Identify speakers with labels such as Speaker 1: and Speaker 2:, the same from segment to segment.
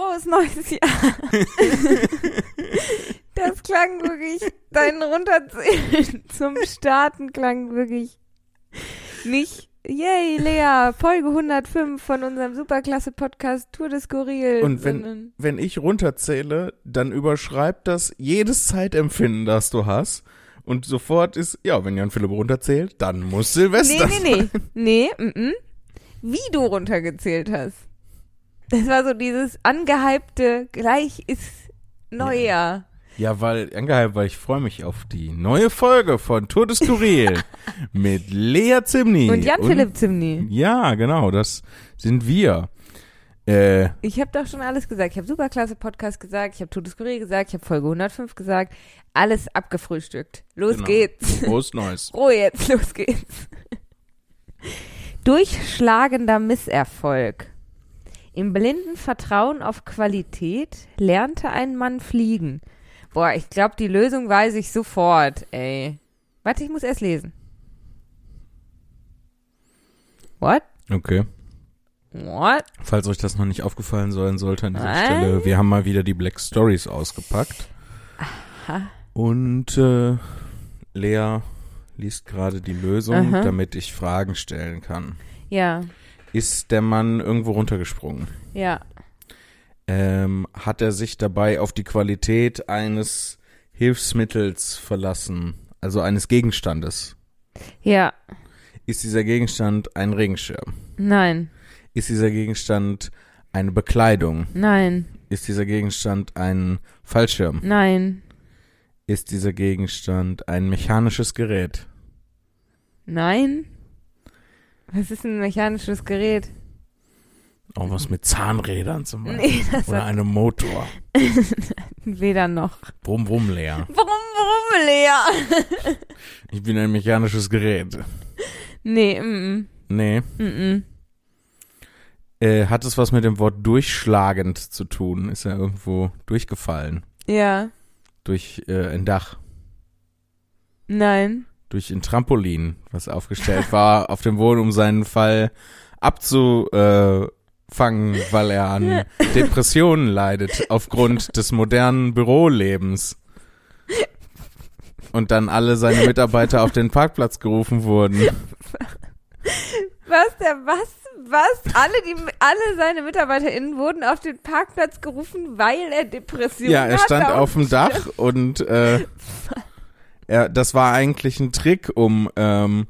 Speaker 1: frohes neues Jahr. Das klang wirklich, dein Runterzählen zum Starten klang wirklich nicht. Yay, Lea, Folge 105 von unserem Superklasse-Podcast Tour des Skurril.
Speaker 2: Und wenn-
Speaker 1: sondern-
Speaker 2: Wenn ich runterzähle, dann überschreibt das jedes Zeitempfinden, das du hast. Und sofort ist, ja, wenn Jan Philipp runterzählt, dann muss
Speaker 1: Nee,
Speaker 2: Silvester.
Speaker 1: nee, nee. Nee, mhm. Wie du runtergezählt hast. Das war so dieses angehypte, gleich ist Neujahr.
Speaker 2: Ja, weil, angehalten, weil ich freue mich auf die neue Folge von Tour des Skurril mit Lea Zimni.
Speaker 1: Und Jan Philipp Zimny.
Speaker 2: Ja, genau, das sind wir. Äh,
Speaker 1: Ich habe doch schon alles gesagt. Ich habe Superklasse Podcast gesagt, ich habe Todes Kurier gesagt, ich habe Folge 105 gesagt. Alles abgefrühstückt. Los
Speaker 2: Genau.
Speaker 1: geht's.
Speaker 2: Prost Neues.
Speaker 1: Ruhe jetzt, los geht's. Durchschlagender Misserfolg. Im blinden Vertrauen auf Qualität lernte ein Mann fliegen. Boah, ich glaube, die Lösung weiß ich sofort, ey. Warte, ich muss erst lesen. What?
Speaker 2: Okay.
Speaker 1: What?
Speaker 2: Falls euch das noch nicht aufgefallen sein sollte an dieser
Speaker 1: Nein.
Speaker 2: Stelle, wir haben mal wieder die Black Stories ausgepackt.
Speaker 1: Aha.
Speaker 2: Und äh, Lea liest gerade die Lösung,
Speaker 1: Aha.
Speaker 2: damit ich Fragen stellen kann.
Speaker 1: Ja,
Speaker 2: Ist der Mann irgendwo runtergesprungen?
Speaker 1: ja.
Speaker 2: Ähm, hat er sich dabei auf die Qualität eines Hilfsmittels verlassen, also eines Gegenstandes?
Speaker 1: Ja,
Speaker 2: Ist dieser Gegenstand ein Regenschirm?
Speaker 1: nein.
Speaker 2: Ist dieser Gegenstand eine Bekleidung?
Speaker 1: Nein,
Speaker 2: Ist dieser Gegenstand ein Fallschirm?
Speaker 1: nein,
Speaker 2: Ist dieser Gegenstand ein mechanisches Gerät?
Speaker 1: nein. Was ist ein mechanisches Gerät?
Speaker 2: Auch was mit Zahnrädern zum Beispiel.
Speaker 1: Nee, das
Speaker 2: Oder
Speaker 1: hat
Speaker 2: einem Motor.
Speaker 1: weder noch.
Speaker 2: Brumm, brumm, Lea.
Speaker 1: Warum, warum, Lea?
Speaker 2: Ich bin ein mechanisches Gerät.
Speaker 1: nee, mm,
Speaker 2: Nee.
Speaker 1: mm, mm.
Speaker 2: Äh, hat es was mit dem Wort durchschlagend zu tun? Ist er irgendwo durchgefallen?
Speaker 1: Ja,
Speaker 2: Durch äh, ein Dach?
Speaker 1: nein,
Speaker 2: Durch ein Trampolin, was aufgestellt war auf dem Boden, um seinen Fall abzufangen, weil er an Depressionen leidet aufgrund des modernen Bürolebens. Und dann alle seine Mitarbeiter auf den Parkplatz gerufen wurden.
Speaker 1: Was, der, was, was? Alle, die, alle seine MitarbeiterInnen wurden auf den Parkplatz gerufen, weil er Depressionen
Speaker 2: Ja, er
Speaker 1: hatte
Speaker 2: stand
Speaker 1: und-
Speaker 2: auf dem Dach und äh, er, das war eigentlich ein Trick, um ähm,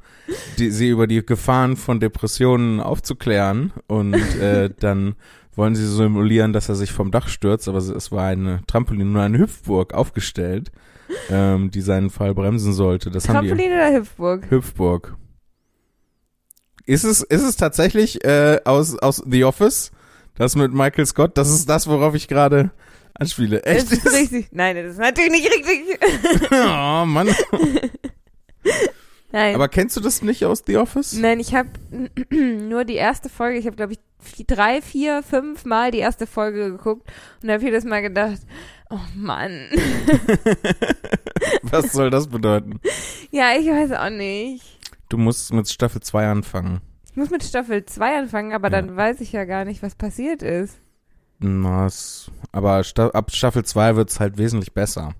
Speaker 2: die, sie über die Gefahren von Depressionen aufzuklären. Und äh, dann wollen sie simulieren, dass er sich vom Dach stürzt, aber es war eine Trampolin, nur eine Hüpfburg aufgestellt, ähm, die seinen Fall bremsen sollte. Das haben die
Speaker 1: Trampolin oder Hüpfburg?
Speaker 2: Hüpfburg. Ist es, ist es tatsächlich äh, aus, aus The Office? Das mit Michael Scott, das ist das, worauf ich gerade anspiele. Echt?
Speaker 1: Das ist richtig. Nein, das ist natürlich nicht richtig.
Speaker 2: oh Mann.
Speaker 1: Nein.
Speaker 2: Aber kennst du das nicht aus The Office?
Speaker 1: Nein, ich habe nur die erste Folge, ich habe glaube ich vi- drei, vier, fünf Mal die erste Folge geguckt und habe jedes Mal gedacht, oh Mann,
Speaker 2: Was soll das bedeuten?
Speaker 1: ja, ich weiß auch nicht.
Speaker 2: Du musst mit Staffel 2 anfangen.
Speaker 1: Ich muss mit Staffel 2 anfangen, aber dann weiß ich ja gar nicht, was passiert ist.
Speaker 2: Na, es- aber Sta ab Staffel 2 wird's halt wesentlich besser.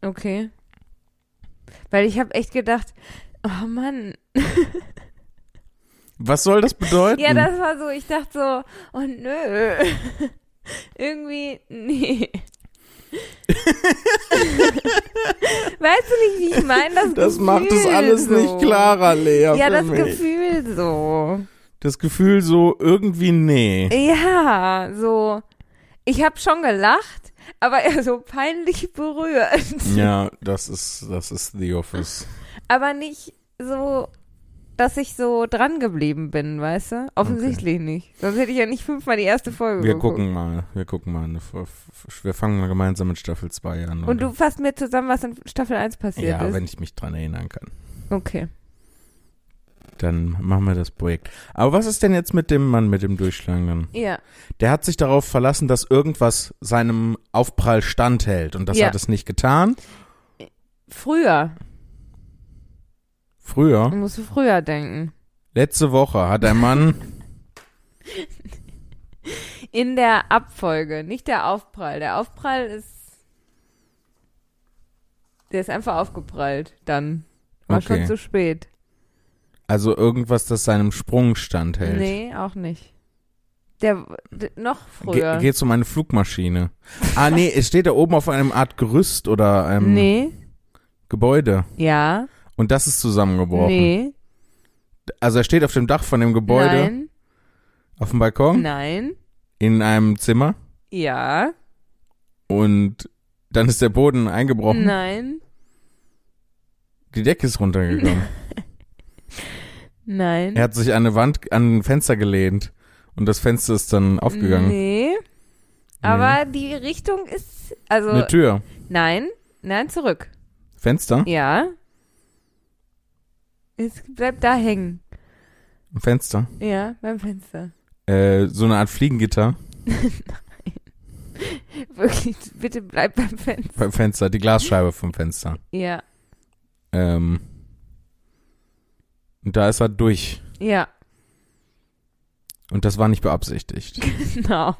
Speaker 1: Okay. Weil ich habe echt gedacht, oh Mann.
Speaker 2: Was soll das bedeuten?
Speaker 1: Ja, das war so, ich dachte so, oh nö. Irgendwie, nee. weißt du nicht, wie ich meine? Das,
Speaker 2: Das
Speaker 1: Gefühl
Speaker 2: macht es alles
Speaker 1: so.
Speaker 2: nicht klarer, Lea.
Speaker 1: Ja,
Speaker 2: für
Speaker 1: das
Speaker 2: mich.
Speaker 1: Gefühl so.
Speaker 2: das Gefühl so irgendwie nee.
Speaker 1: Ja, so. Ich habe schon gelacht, aber eher so peinlich berührt.
Speaker 2: Ja, das ist das ist The Office.
Speaker 1: Aber nicht so, dass ich so dran geblieben bin, weißt du? Offensichtlich nicht. Sonst hätte ich ja nicht fünfmal die erste Folge
Speaker 2: Wir
Speaker 1: geguckt.
Speaker 2: gucken mal, wir gucken mal, eine Fo- f- wir fangen mal gemeinsam mit Staffel 2 an.
Speaker 1: Und
Speaker 2: oder?
Speaker 1: du fasst mir zusammen, was in Staffel 1 passiert
Speaker 2: Mhm. ja,
Speaker 1: ist.
Speaker 2: wenn ich mich dran erinnern kann.
Speaker 1: Okay.
Speaker 2: Dann machen wir das Projekt. Aber was ist denn jetzt mit dem Mann mit dem Durchschlagenden?
Speaker 1: Ja.
Speaker 2: Der hat sich darauf verlassen, dass irgendwas seinem Aufprall standhält und das
Speaker 1: Ja.
Speaker 2: hat es nicht getan.
Speaker 1: Früher.
Speaker 2: Früher,
Speaker 1: Du
Speaker 2: Hm?
Speaker 1: musst früher denken.
Speaker 2: letzte Woche hat ein Mann
Speaker 1: In der Abfolge, nicht der Aufprall. Der Aufprall ist. Der ist einfach aufgeprallt dann. War
Speaker 2: Okay.
Speaker 1: schon zu spät.
Speaker 2: Also irgendwas, das seinem Sprung standhält.
Speaker 1: Nee, auch nicht. Der d- noch früher.
Speaker 2: Ge geht's um eine Flugmaschine? Ah, nee, es steht da oben auf einem Art Gerüst oder einem
Speaker 1: nee,
Speaker 2: Gebäude.
Speaker 1: ja,
Speaker 2: Und das ist zusammengebrochen.
Speaker 1: nee,
Speaker 2: Also er steht auf dem Dach von dem Gebäude,
Speaker 1: nein,
Speaker 2: auf dem Balkon,
Speaker 1: nein,
Speaker 2: in einem Zimmer
Speaker 1: ja,
Speaker 2: und dann ist der Boden eingebrochen.
Speaker 1: nein,
Speaker 2: Die Decke ist runtergegangen.
Speaker 1: nein.
Speaker 2: er hat sich an eine Wand, an ein Fenster gelehnt und das Fenster ist dann aufgegangen.
Speaker 1: Nee, aber die Richtung ist, also,
Speaker 2: Eine Tür.
Speaker 1: nein, nein, zurück.
Speaker 2: Fenster?
Speaker 1: Ja. Es bleibt da hängen.
Speaker 2: Ein Fenster.
Speaker 1: Ja, beim Fenster.
Speaker 2: Äh, so eine Art Fliegengitter
Speaker 1: Wirklich, bitte bleib beim Fenster.
Speaker 2: beim Fenster, die Glasscheibe vom Fenster.
Speaker 1: Ja,
Speaker 2: Ähm, und da ist er durch.
Speaker 1: ja,
Speaker 2: Und das war nicht beabsichtigt.
Speaker 1: genau.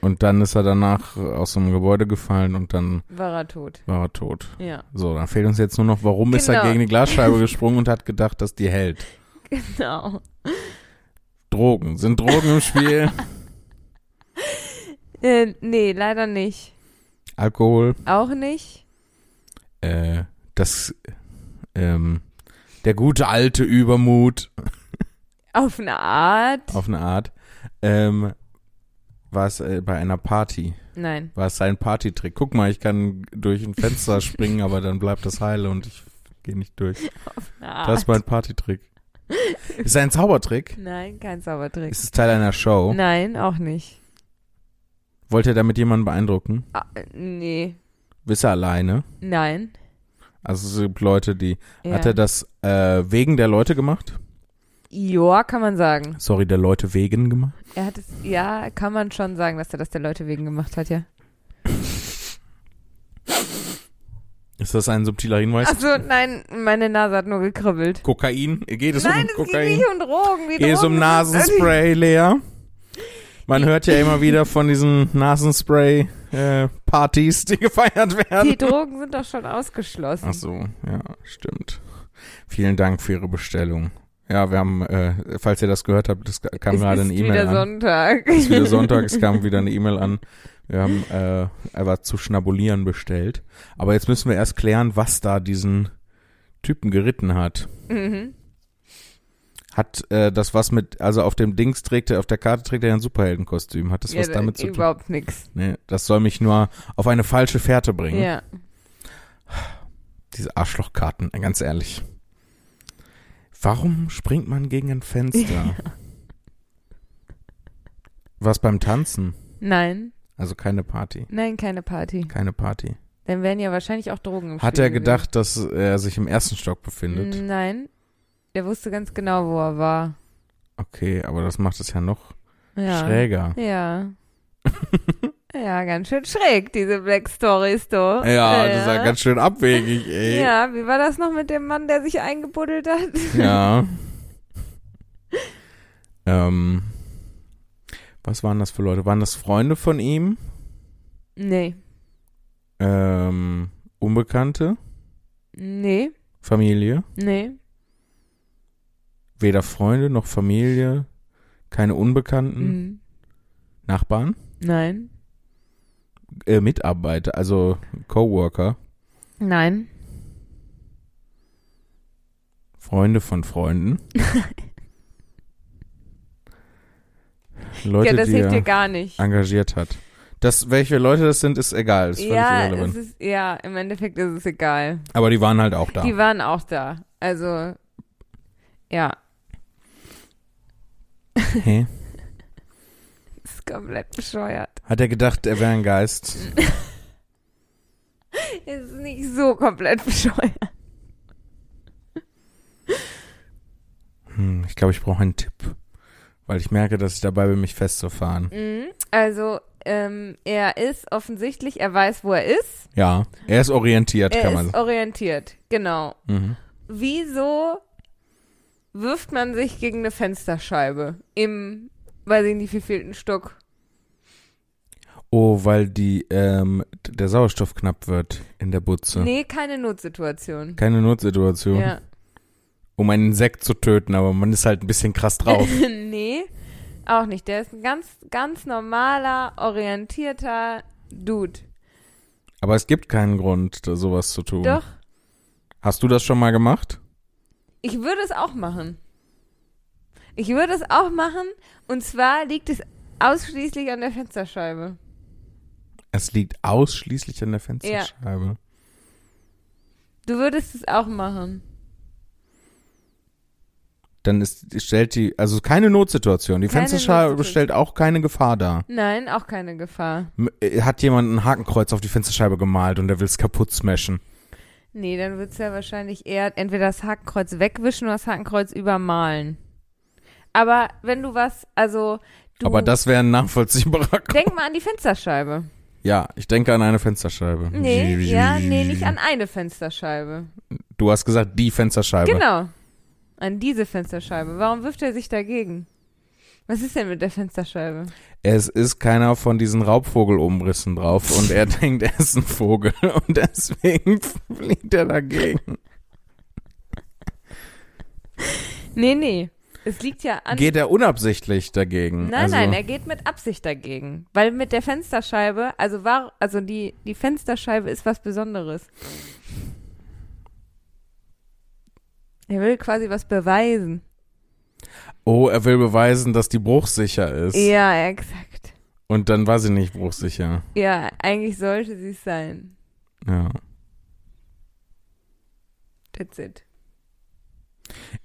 Speaker 2: Und dann ist er danach aus so einem Gebäude gefallen und dann
Speaker 1: War er tot.
Speaker 2: war er tot.
Speaker 1: Ja,
Speaker 2: So, dann fehlt uns jetzt nur noch, warum ist er
Speaker 1: Genau.
Speaker 2: gegen die Glasscheibe gesprungen und hat gedacht, dass die hält.
Speaker 1: genau.
Speaker 2: Drogen. Sind Drogen im Spiel?
Speaker 1: Äh, nee, leider nicht.
Speaker 2: Alkohol?
Speaker 1: Auch nicht.
Speaker 2: Äh, das, ähm, der gute alte Übermut
Speaker 1: Auf eine Art.
Speaker 2: auf eine Art. Ähm, war es äh, bei einer Party?
Speaker 1: Nein.
Speaker 2: War es sein Partytrick? Guck mal, ich kann durch ein Fenster springen, aber dann bleibt das heile und ich gehe nicht durch.
Speaker 1: Eine Art.
Speaker 2: Das ist mein Partytrick. Ist es ein Zaubertrick?
Speaker 1: Nein, kein Zaubertrick.
Speaker 2: Ist es Teil einer Show?
Speaker 1: Nein, auch nicht.
Speaker 2: Wollte er damit jemanden beeindrucken?
Speaker 1: Ah, äh, nee.
Speaker 2: Ist er alleine?
Speaker 1: Nein.
Speaker 2: Also es gibt Leute, die...
Speaker 1: Ja.
Speaker 2: Hat er das äh, wegen der Leute gemacht?
Speaker 1: Ja, kann man sagen.
Speaker 2: Sorry, der Leute wegen gemacht?
Speaker 1: Er hat es, ja, kann man schon sagen, dass er das der Leute wegen gemacht hat, ja.
Speaker 2: Ist das ein subtiler Hinweis?
Speaker 1: Achso, nein, meine Nase hat nur gekribbelt.
Speaker 2: Kokain? Geht es
Speaker 1: nein,
Speaker 2: um
Speaker 1: es
Speaker 2: Kokain?
Speaker 1: geht nicht um Drogen. Die
Speaker 2: Geht es
Speaker 1: Drogen
Speaker 2: um
Speaker 1: sind-
Speaker 2: Nasenspray, Lea? Man hört ja immer wieder von diesen Nasenspray-Partys, die gefeiert werden.
Speaker 1: Die Drogen sind doch schon ausgeschlossen.
Speaker 2: Ach so, ja, stimmt. Vielen Dank für Ihre Bestellung. Ja, wir haben, äh, falls ihr das gehört habt, das kam
Speaker 1: es
Speaker 2: gerade
Speaker 1: ist
Speaker 2: eine E-Mail
Speaker 1: wieder
Speaker 2: an.
Speaker 1: Sonntag.
Speaker 2: Es ist wieder Sonntag, es kam wieder eine E-Mail an. Wir haben äh, einfach zu schnabulieren bestellt. Aber jetzt müssen wir erst klären, was da diesen Typen geritten hat.
Speaker 1: mhm.
Speaker 2: Hat äh, das was mit, also auf dem Dings trägt er, auf der Karte trägt er ein Superheldenkostüm. Hat das was
Speaker 1: ja, äh,
Speaker 2: damit zu tun?
Speaker 1: Überhaupt nichts.
Speaker 2: Nee, das soll mich nur auf eine falsche Fährte bringen.
Speaker 1: Ja.
Speaker 2: Diese Arschlochkarten, ganz ehrlich. Warum springt man gegen ein Fenster? Was beim Tanzen?
Speaker 1: Nein,
Speaker 2: Also keine Party.
Speaker 1: nein, keine Party.
Speaker 2: Keine Party.
Speaker 1: Dann wären ja wahrscheinlich auch Drogen im
Speaker 2: Hat
Speaker 1: Spiel
Speaker 2: er gedacht, dass er sich im ersten Stock
Speaker 1: gewesen.
Speaker 2: befindet?
Speaker 1: Nein, der wusste ganz genau, wo er war.
Speaker 2: Okay, aber das macht es ja noch
Speaker 1: Ja.
Speaker 2: schräger.
Speaker 1: Ja. ja, ganz schön schräg, diese Black Stories, du.
Speaker 2: Ja, das ist ja ganz schön abwegig, ey.
Speaker 1: Ja, wie war das noch mit dem Mann, der sich eingebuddelt hat?
Speaker 2: Ja. ähm, was waren das für Leute? Waren das Freunde von ihm?
Speaker 1: Nee.
Speaker 2: Ähm, Unbekannte?
Speaker 1: Nee.
Speaker 2: Familie?
Speaker 1: Nee.
Speaker 2: Weder Freunde noch Familie, keine Unbekannten,
Speaker 1: Mhm.
Speaker 2: Nachbarn,
Speaker 1: Nein.
Speaker 2: äh, Mitarbeiter, also Coworker,
Speaker 1: Nein.
Speaker 2: Freunde von Freunden. Leute,
Speaker 1: ja, das
Speaker 2: die
Speaker 1: hilft dir
Speaker 2: er
Speaker 1: gar nicht.
Speaker 2: engagiert hat. Das, welche Leute das sind, ist egal, ist völlig
Speaker 1: Ja, es
Speaker 2: irrelevant.
Speaker 1: ist, ja, im Endeffekt ist es egal.
Speaker 2: Aber die waren halt auch da.
Speaker 1: Die waren auch da. Also, ja,
Speaker 2: Hä?
Speaker 1: ist komplett bescheuert.
Speaker 2: Hat er gedacht, er wäre ein Geist?
Speaker 1: Ist nicht so komplett bescheuert.
Speaker 2: Hm, ich glaube, ich brauche einen Tipp. Weil ich merke, dass ich dabei bin, mich festzufahren.
Speaker 1: Mhm. Also, ähm, er ist offensichtlich, er weiß, wo er ist.
Speaker 2: Ja, er ist orientiert,
Speaker 1: Er
Speaker 2: kann
Speaker 1: ist
Speaker 2: man sagen.
Speaker 1: orientiert, genau.
Speaker 2: Mhm.
Speaker 1: Wieso wirft man sich gegen eine Fensterscheibe im weiß ich nicht, wie viel ein Stock.
Speaker 2: Oh, weil die, ähm, d- der Sauerstoff knapp wird in der Butze.
Speaker 1: Nee, keine Notsituation.
Speaker 2: Keine Notsituation.
Speaker 1: Ja.
Speaker 2: Um einen Insekt zu töten, aber man ist halt ein bisschen krass drauf.
Speaker 1: nee, auch nicht. Der ist ein ganz, ganz normaler, orientierter Dude.
Speaker 2: aber es gibt keinen Grund, da sowas zu tun.
Speaker 1: Doch,
Speaker 2: Hast du das schon mal gemacht?
Speaker 1: ich würde es auch machen. Ich würde es auch machen. Und zwar liegt es ausschließlich an der Fensterscheibe.
Speaker 2: Es liegt ausschließlich an der Fensterscheibe.
Speaker 1: Du würdest es auch machen.
Speaker 2: Dann ist, stellt die, also keine Notsituation. Die
Speaker 1: Keine
Speaker 2: Fensterscheibe
Speaker 1: Notsituation.
Speaker 2: stellt auch keine Gefahr dar.
Speaker 1: Nein, auch keine Gefahr.
Speaker 2: M- äh, Hat jemand ein Hakenkreuz auf die Fensterscheibe gemalt und der will es kaputt smashen.
Speaker 1: Nee, dann wird's ja wahrscheinlich eher entweder das Hakenkreuz wegwischen oder das Hakenkreuz übermalen. Aber wenn du was, also du
Speaker 2: Aber das wäre ein nachvollziehbarer Grund.
Speaker 1: denk mal an die Fensterscheibe.
Speaker 2: Ja, ich denke an eine Fensterscheibe.
Speaker 1: Nee, ja, nee, nicht an eine Fensterscheibe.
Speaker 2: Du hast gesagt, die Fensterscheibe.
Speaker 1: Genau. An diese Fensterscheibe. Warum wirft er sich dagegen? Was ist denn mit der Fensterscheibe?
Speaker 2: Es ist keiner von diesen Raubvogelumrissen drauf und er denkt, er ist ein Vogel und deswegen fliegt er dagegen.
Speaker 1: Nee, nee. Es liegt ja an.
Speaker 2: Geht er unabsichtlich dagegen?
Speaker 1: nein,
Speaker 2: also,
Speaker 1: nein, er geht mit Absicht dagegen. Weil mit der Fensterscheibe, also war, also die, die Fensterscheibe ist was Besonderes. Er will quasi was beweisen.
Speaker 2: Oh, er will beweisen, dass die bruchsicher ist.
Speaker 1: Ja, exakt.
Speaker 2: Und dann war sie nicht bruchsicher.
Speaker 1: Ja, eigentlich sollte sie es sein.
Speaker 2: Ja.
Speaker 1: That's it.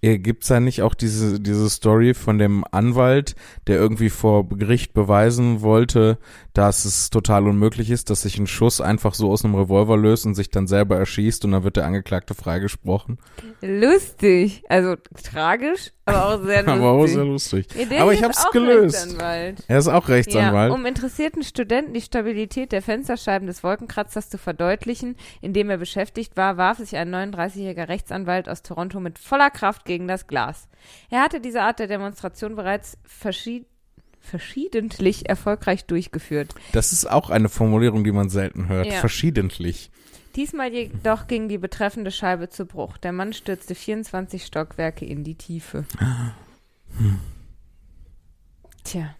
Speaker 2: Äh, Gibt's da nicht auch diese, diese Story von dem Anwalt, der irgendwie vor Gericht beweisen wollte, dass es total unmöglich ist, dass sich ein Schuss einfach so aus einem Revolver löst und sich dann selber erschießt und dann wird der Angeklagte freigesprochen?
Speaker 1: Lustig. Also tragisch, aber auch sehr lustig.
Speaker 2: Aber auch sehr lustig.
Speaker 1: Ja, der
Speaker 2: aber
Speaker 1: hier
Speaker 2: ich
Speaker 1: ist
Speaker 2: hab's
Speaker 1: auch
Speaker 2: gelöst.
Speaker 1: Rechtsanwalt.
Speaker 2: Er ist auch
Speaker 1: Ja,
Speaker 2: Rechtsanwalt.
Speaker 1: um interessierten Studenten die Stabilität der Fensterscheiben des Wolkenkratzers zu verdeutlichen, indem er beschäftigt war, warf sich ein 39-jähriger Rechtsanwalt aus Toronto mit voller Kraft gegen das Glas. Er hatte diese Art der Demonstration bereits verschied verschiedentlich erfolgreich durchgeführt.
Speaker 2: das ist auch eine Formulierung, die man selten hört.
Speaker 1: Ja.
Speaker 2: Verschiedentlich.
Speaker 1: Diesmal jedoch ging die betreffende Scheibe zu Bruch. Der Mann stürzte 24 Stockwerke in die Tiefe. Tja.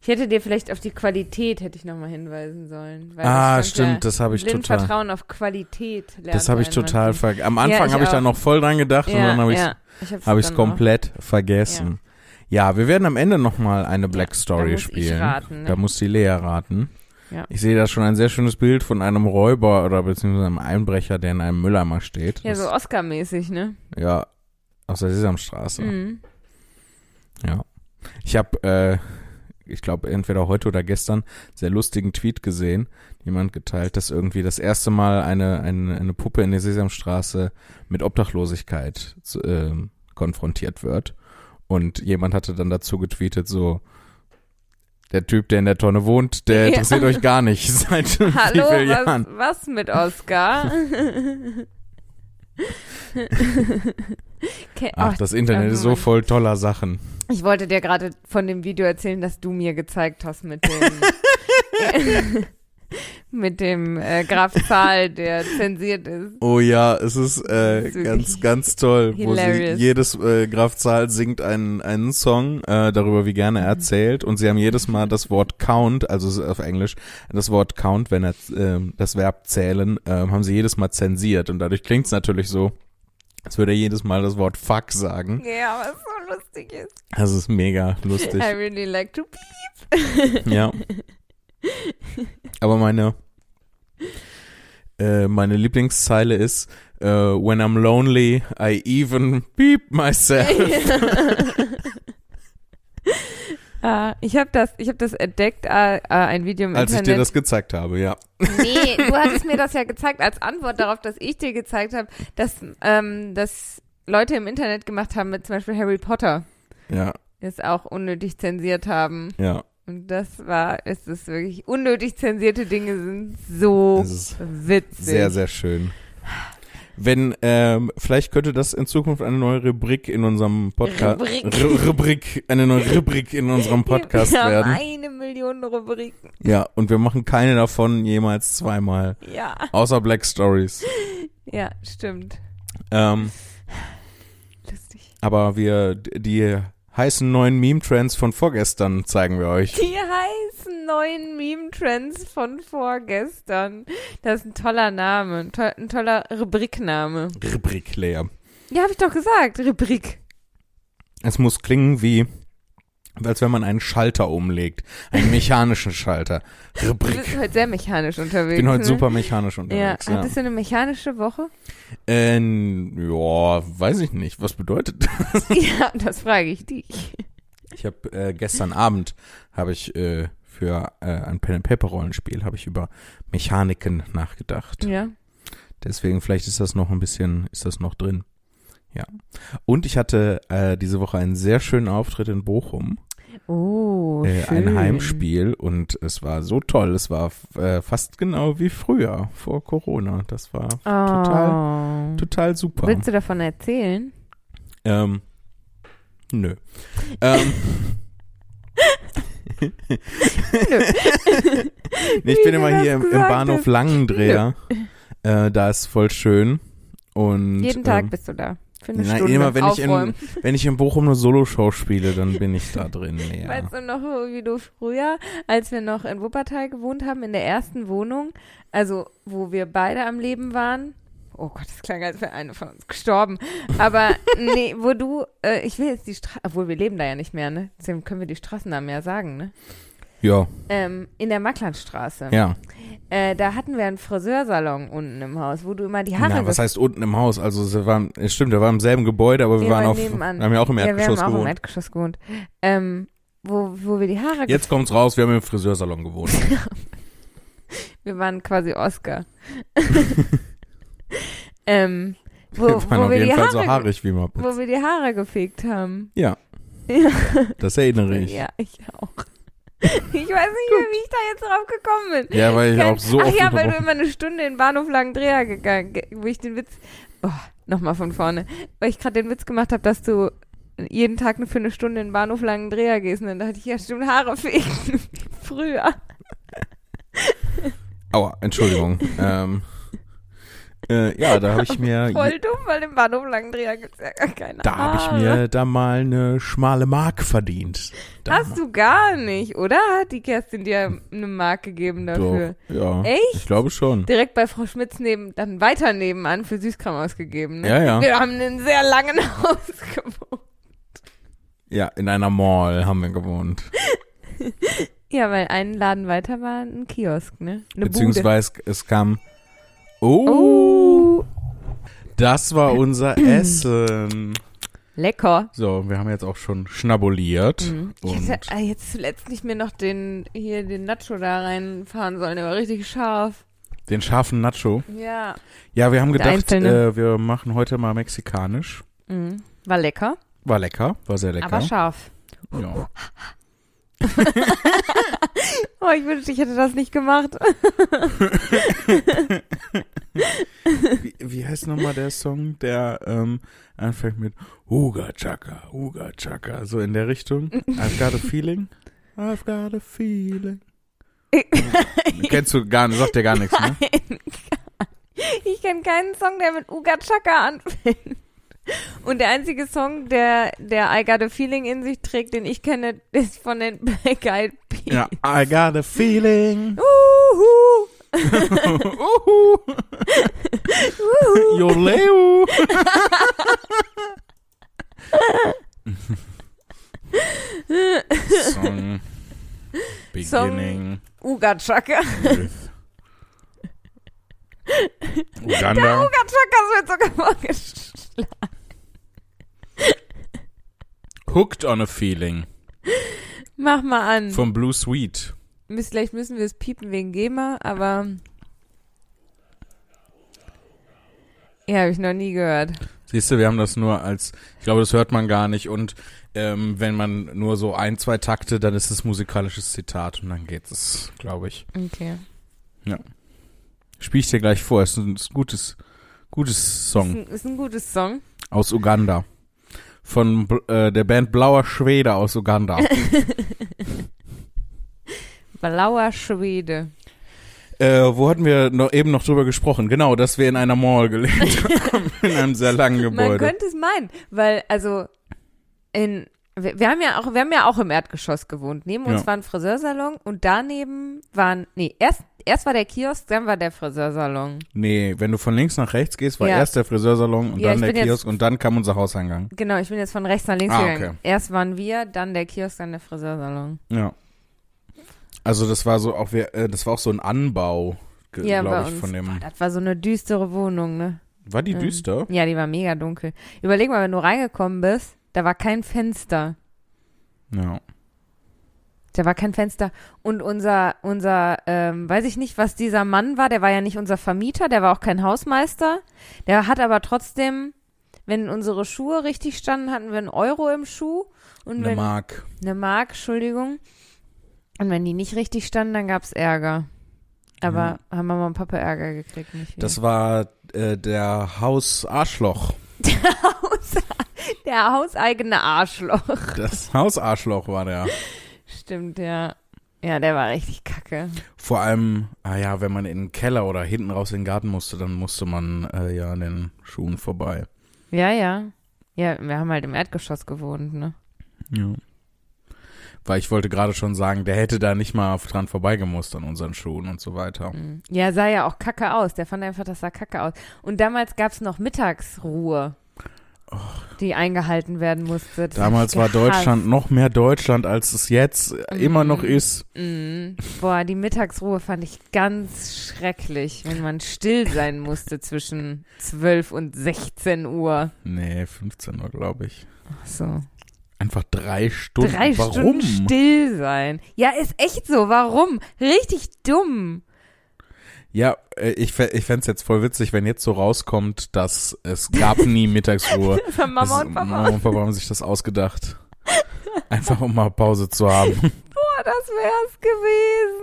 Speaker 1: Ich hätte dir vielleicht auf die Qualität hätte ich nochmal hinweisen sollen. weil
Speaker 2: Ah,
Speaker 1: das stand
Speaker 2: stimmt, das habe ich
Speaker 1: blind
Speaker 2: total-
Speaker 1: Vertrauen auf Qualität. lernt
Speaker 2: Das habe ich
Speaker 1: man manchmal.
Speaker 2: total vergessen. Am Anfang
Speaker 1: ich
Speaker 2: habe ich da
Speaker 1: auch.
Speaker 2: noch voll dran gedacht und
Speaker 1: ja,
Speaker 2: dann habe ich
Speaker 1: ja. ich hab's
Speaker 2: habe ich es
Speaker 1: dann auch.
Speaker 2: komplett vergessen. Ja. wir werden am Ende nochmal eine Black Story
Speaker 1: da muss ich
Speaker 2: spielen.
Speaker 1: raten, ne?
Speaker 2: Da muss die Lea raten.
Speaker 1: Ja.
Speaker 2: Ich sehe da schon ein sehr schönes Bild von einem Räuber oder beziehungsweise einem Einbrecher, der in einem Mülleimer steht.
Speaker 1: Ja, so
Speaker 2: das,
Speaker 1: Oscar-mäßig, ne?
Speaker 2: ja aus der Sesamstraße.
Speaker 1: Mhm.
Speaker 2: Ich habe, äh, ich glaube, entweder heute oder gestern einen sehr lustigen Tweet gesehen. Jemand geteilt, dass irgendwie das erste Mal eine, eine, eine Puppe in der Sesamstraße mit Obdachlosigkeit zu, ähm, konfrontiert wird. Und jemand hatte dann dazu getweetet, so, der Typ, der in der Tonne wohnt, der
Speaker 1: Ja.
Speaker 2: interessiert euch gar nicht seit
Speaker 1: Hallo,
Speaker 2: wie
Speaker 1: was,
Speaker 2: vielen Jahren.
Speaker 1: was mit Oscar? Ke-
Speaker 2: Ach,
Speaker 1: oh,
Speaker 2: das Internet ist so
Speaker 1: Mann.
Speaker 2: voll toller Sachen.
Speaker 1: Ich wollte dir gerade von dem Video erzählen, das du mir gezeigt hast mit dem mit dem äh, Graf Zahl, der zensiert ist.
Speaker 2: Oh ja, es ist äh,
Speaker 1: Das ist
Speaker 2: ganz,
Speaker 1: wirklich
Speaker 2: ganz toll, wo sie
Speaker 1: hilarious.
Speaker 2: jedes äh, Graf Zahl singt einen, einen Song äh, darüber, wie
Speaker 1: Mhm.
Speaker 2: gerne er erzählt und sie haben jedes Mal das Wort count, also es ist auf Englisch, das Wort count, wenn er ähm, das Verb zählen, ähm, haben sie jedes Mal zensiert und dadurch klingt's natürlich so, als würde er jedes Mal das Wort fuck sagen.
Speaker 1: Ja, was so lustig ist.
Speaker 2: Das ist mega Hm? lustig.
Speaker 1: I really like to be.
Speaker 2: Ja. Aber meine, äh, meine Lieblingszeile ist, äh, when I'm lonely, I even beep myself.
Speaker 1: ah, ich habe das, ich habe das entdeckt, ah, ah, ein Video im
Speaker 2: als ich dir
Speaker 1: Internet.
Speaker 2: das gezeigt habe, ja.
Speaker 1: nee, du hattest mir das ja gezeigt als Antwort darauf, dass ich dir gezeigt habe, dass ähm, dass Leute im Internet gemacht haben mit zum Beispiel Harry Potter,
Speaker 2: Ja,
Speaker 1: das auch unnötig zensiert haben.
Speaker 2: ja.
Speaker 1: Und das war, es ist wirklich, unnötig zensierte Dinge sind so
Speaker 2: Das ist
Speaker 1: witzig.
Speaker 2: sehr, sehr schön. wenn, ähm, vielleicht könnte das in Zukunft eine neue Rubrik in unserem Podcast,
Speaker 1: Rubrik.
Speaker 2: Rubrik, eine neue Rubrik in unserem Podcast
Speaker 1: wir haben
Speaker 2: werden.
Speaker 1: eine Million Rubriken.
Speaker 2: Ja, und wir machen keine davon jemals zweimal.
Speaker 1: Ja,
Speaker 2: Außer Black Stories.
Speaker 1: ja, stimmt.
Speaker 2: Ähm,
Speaker 1: Lustig.
Speaker 2: aber wir, die heißen neuen Meme-Trends von vorgestern zeigen wir euch.
Speaker 1: Die heißen neuen Meme-Trends von vorgestern. Das ist ein toller Name, ein, to ein toller Rubrikname.
Speaker 2: Rubrik leer.
Speaker 1: Ja, habe ich doch gesagt, Rubrik.
Speaker 2: Es muss klingen wie, als wenn man einen Schalter umlegt. Einen mechanischen Schalter.
Speaker 1: Du
Speaker 2: Rubrik.
Speaker 1: bist heute sehr mechanisch unterwegs.
Speaker 2: Ich bin heute
Speaker 1: ne?
Speaker 2: super mechanisch
Speaker 1: Ja,
Speaker 2: unterwegs. Ja, ja.
Speaker 1: hattest du eine mechanische Woche?
Speaker 2: Äh, ja weiß ich nicht. Was bedeutet
Speaker 1: ja, das frage ich dich.
Speaker 2: Ich habe äh, gestern Abend habe ich äh, für äh, ein Pen and Paper Rollenspiel habe ich über Mechaniken nachgedacht.
Speaker 1: Ja.
Speaker 2: Deswegen vielleicht ist das noch ein bisschen ist das noch drin. Ja. Und ich hatte äh, diese Woche einen sehr schönen Auftritt in Bochum,
Speaker 1: Oh,
Speaker 2: äh,
Speaker 1: schön.
Speaker 2: ein Heimspiel und es war so toll. Es war f- äh, fast genau wie früher vor Corona. Das war
Speaker 1: Oh.
Speaker 2: Total- total super.
Speaker 1: Willst du davon erzählen?
Speaker 2: Ähm, nö. Ähm,
Speaker 1: Nö.
Speaker 2: Nee, ich
Speaker 1: Wie
Speaker 2: bin
Speaker 1: du
Speaker 2: immer
Speaker 1: das
Speaker 2: hier im, im
Speaker 1: gesagt
Speaker 2: Bahnhof
Speaker 1: hast.
Speaker 2: Langendreher. Äh, da ist voll schön. Und
Speaker 1: Jeden Tag bist du da. Für eine
Speaker 2: ähm, nein,
Speaker 1: Stunde
Speaker 2: immer wenn ich, in,
Speaker 1: aufräumen.
Speaker 2: wenn ich in Bochum eine Solo-Show spiele, dann bin ich da drin. Ja.
Speaker 1: Weißt du noch, wie du früher, als wir noch in Wuppertal gewohnt haben, in der ersten Wohnung, also wo wir beide am Leben waren, oh Gott, das klang, als wäre eine von uns gestorben, aber nee, wo du, äh, ich will jetzt die Straße, obwohl wir leben da ja nicht mehr, ne? Deswegen können wir die Straßennamen ja sagen, ne?
Speaker 2: ja,
Speaker 1: Ähm, in der Macklandstraße.
Speaker 2: ja.
Speaker 1: Äh, da hatten wir einen Friseursalon unten im Haus, wo du immer die Haare
Speaker 2: Na, was heißt unten im Haus? Also es waren, es stimmt, wir waren im selben Gebäude, aber wir,
Speaker 1: Wir
Speaker 2: waren
Speaker 1: waren
Speaker 2: auf,
Speaker 1: nebenan.
Speaker 2: haben ja auch im
Speaker 1: ja, wir haben
Speaker 2: Erdgeschoss
Speaker 1: auch im
Speaker 2: gewohnt.
Speaker 1: Erdgeschoss gewohnt. Ähm, wo, wo wir die Haare
Speaker 2: Jetzt kommt's raus, wir haben im Friseursalon gewohnt.
Speaker 1: Wir waren quasi Oscar. ähm, wo,
Speaker 2: wir waren
Speaker 1: wo,
Speaker 2: auf
Speaker 1: wir
Speaker 2: jeden
Speaker 1: die
Speaker 2: Fall
Speaker 1: Haare,
Speaker 2: so haarig wie Muppets.
Speaker 1: wo wir die Haare gefegt haben.
Speaker 2: Ja,
Speaker 1: Ja,
Speaker 2: das erinnere ich.
Speaker 1: ja ich auch. Ich weiß nicht mehr, wie ich da jetzt drauf gekommen bin.
Speaker 2: Ja, weil ich
Speaker 1: Kein-
Speaker 2: auch so
Speaker 1: Ach
Speaker 2: oft
Speaker 1: ja, weil du immer eine Stunde in den Bahnhof Langendreher gegangen, ge- wo ich den Witz, oh, nochmal von vorne, weil ich gerade den Witz gemacht habe, dass du jeden Tag nur für eine Stunde in den Bahnhof Langendreher gehst und dann dachte ich, ja stimmt, Haare fegen. Früher.
Speaker 2: Aua, Entschuldigung. ähm, äh, ja, da habe ich mir
Speaker 1: Voll dumm, weil im Bahnhof Langendreher gibt's ja gar keine
Speaker 2: Da habe ich
Speaker 1: Haare.
Speaker 2: mir da mal eine schmale Mark verdient. Da
Speaker 1: Hast du gar nicht, oder? Hat die Kerstin dir eine Mark gegeben dafür?
Speaker 2: Doch, ja.
Speaker 1: Echt?
Speaker 2: Ich glaube schon.
Speaker 1: Direkt bei Frau Schmitz neben, dann weiter nebenan für Süßkram ausgegeben. Ne?
Speaker 2: Ja, ja.
Speaker 1: Wir haben einen sehr langen Hausgebot.
Speaker 2: Ja, in einer Mall haben wir gewohnt.
Speaker 1: Ja, weil einen Laden weiter war ein Kiosk, ne? Eine Bude.
Speaker 2: Beziehungsweise es kam. Oh,
Speaker 1: Oh,
Speaker 2: das war unser Essen.
Speaker 1: lecker.
Speaker 2: So, wir haben jetzt auch schon schnabuliert.
Speaker 1: Ich
Speaker 2: Und
Speaker 1: hätte ah, jetzt zuletzt nicht mehr noch den, hier den Nacho da reinfahren sollen, der war richtig scharf.
Speaker 2: den scharfen Nacho.
Speaker 1: Ja.
Speaker 2: Ja, wir haben
Speaker 1: Der
Speaker 2: gedacht,
Speaker 1: einzelne.
Speaker 2: äh, wir machen heute mal mexikanisch.
Speaker 1: Mhm. War lecker,
Speaker 2: War lecker, war sehr lecker.
Speaker 1: aber scharf.
Speaker 2: ja.
Speaker 1: Oh, ich wünschte, ich hätte das nicht gemacht.
Speaker 2: Wie, wie heißt nochmal der Song, der ähm, anfängt mit Huga Chaka, Huga Chaka, so in der Richtung? I've got a feeling. I've got a feeling. Kennst du gar nicht, sagt dir gar nichts, ne?
Speaker 1: Ich kenne keinen Song, der mit Uga Chaka anfängt. Und der einzige Song, der, der I Got a Feeling in sich trägt, den ich kenne, ist von den Black Eyed Peas.
Speaker 2: Ja, I got a feeling.
Speaker 1: Uhu.
Speaker 2: Uhu.
Speaker 1: Uhu.
Speaker 2: Yo Leo. Song. Beginning.
Speaker 1: Uga Chaka.
Speaker 2: with
Speaker 1: Der
Speaker 2: Uganda.
Speaker 1: Uga Chaka wird sogar vorgestellt.
Speaker 2: Hooked on a Feeling
Speaker 1: Mach mal an.
Speaker 2: von Blue Sweet.
Speaker 1: Müs- Vielleicht müssen wir es piepen wegen GEMA, aber. Ja, habe ich noch nie gehört.
Speaker 2: Siehst du, wir haben das nur als, ich glaube, das hört man gar nicht. Und ähm, wenn man nur so ein, zwei Takte, dann ist es musikalisches Zitat und dann geht es, glaube ich.
Speaker 1: Okay.
Speaker 2: Spiel ich dir gleich vor. Es ist ein es ist ein gutes, Gutes
Speaker 1: Ist
Speaker 2: Song
Speaker 1: ein, ist ein gutes Song.
Speaker 2: aus Uganda. Von Bl- äh, der Band Blauer Schwede aus Uganda.
Speaker 1: Blauer Schwede.
Speaker 2: äh, wo hatten wir noch, eben noch drüber gesprochen? Genau, dass wir in einer Mall gelebt haben, in einem sehr langen
Speaker 1: Man
Speaker 2: Gebäude.
Speaker 1: könnte es meinen, weil also in wir, wir haben ja auch wir haben ja auch im Erdgeschoss gewohnt. Neben uns
Speaker 2: Ja.
Speaker 1: war ein Friseursalon und daneben waren nee, erst erst war der Kiosk, dann war der Friseursalon.
Speaker 2: Nee, wenn du von links nach rechts gehst, war
Speaker 1: Ja.
Speaker 2: erst der Friseursalon und
Speaker 1: Ja,
Speaker 2: dann
Speaker 1: ich
Speaker 2: der
Speaker 1: bin jetzt-
Speaker 2: Kiosk und dann kam unser Hauseingang.
Speaker 1: Genau, ich bin jetzt von rechts nach links
Speaker 2: Ah,
Speaker 1: gegangen.
Speaker 2: okay.
Speaker 1: Erst waren wir, dann der Kiosk, dann der Friseursalon.
Speaker 2: Ja. Also das war so auch wir, äh, das war auch so ein Anbau,
Speaker 1: Ja, bei
Speaker 2: glaube ich,
Speaker 1: uns.
Speaker 2: von dem.
Speaker 1: Das war so eine düstere Wohnung, ne?
Speaker 2: War die
Speaker 1: Ähm,
Speaker 2: düster?
Speaker 1: Ja, die war mega dunkel. Überleg mal, wenn du reingekommen bist, da war kein Fenster.
Speaker 2: Ja.
Speaker 1: Da war kein Fenster. Und unser, unser, ähm, weiß ich nicht, was dieser Mann war, der war ja nicht unser Vermieter, der war auch kein Hausmeister. Der hat aber trotzdem, wenn unsere Schuhe richtig standen, hatten wir einen Euro im Schuh. Und
Speaker 2: Eine
Speaker 1: wenn,
Speaker 2: Mark.
Speaker 1: eine Mark, Entschuldigung. Und wenn die nicht richtig standen, dann gab's Ärger. Aber haben Mama und Papa Ärger gekriegt, nicht wir.
Speaker 2: Das war äh, der Haus Arschloch.
Speaker 1: Haus, der hauseigene Arschloch.
Speaker 2: Das Haus Arschloch war der.
Speaker 1: Stimmt, ja. Ja, der war richtig kacke.
Speaker 2: Vor allem, ah ja, wenn man in den Keller oder hinten raus in den Garten musste, dann musste man äh, ja an den Schuhen vorbei.
Speaker 1: Ja, ja. Ja, wir haben halt im Erdgeschoss gewohnt, ne?
Speaker 2: Ja. Weil ich wollte gerade schon sagen, der hätte da nicht mal dran vorbeigemusst an unseren Schuhen und so weiter.
Speaker 1: Mhm. Ja, sah ja auch kacke aus. Der fand einfach, das sah kacke aus. Und damals gab's noch Mittagsruhe, die eingehalten werden musste. Das hab
Speaker 2: Damals
Speaker 1: ich
Speaker 2: war
Speaker 1: gehasst.
Speaker 2: Deutschland noch mehr Deutschland, als es jetzt immer noch
Speaker 1: Mhm.
Speaker 2: ist.
Speaker 1: Mhm. Boah, die Mittagsruhe fand ich ganz schrecklich, wenn man still sein musste zwischen 12 und 16 Uhr.
Speaker 2: Nee, 15 Uhr, glaube ich.
Speaker 1: Ach So.
Speaker 2: Einfach drei Stunden.
Speaker 1: Drei
Speaker 2: Warum?
Speaker 1: Stunden still sein. Ja, ist echt so. Warum? Richtig dumm.
Speaker 2: Ja, äh, ich, fä- ich fänd's jetzt voll witzig, wenn jetzt so rauskommt, dass es gab nie Mittagsruhe.
Speaker 1: Das haben Mama
Speaker 2: Das-
Speaker 1: und Papa.
Speaker 2: Mama und Papa haben sich das ausgedacht. Einfach um mal Pause zu haben.
Speaker 1: Boah, das wär's gewesen.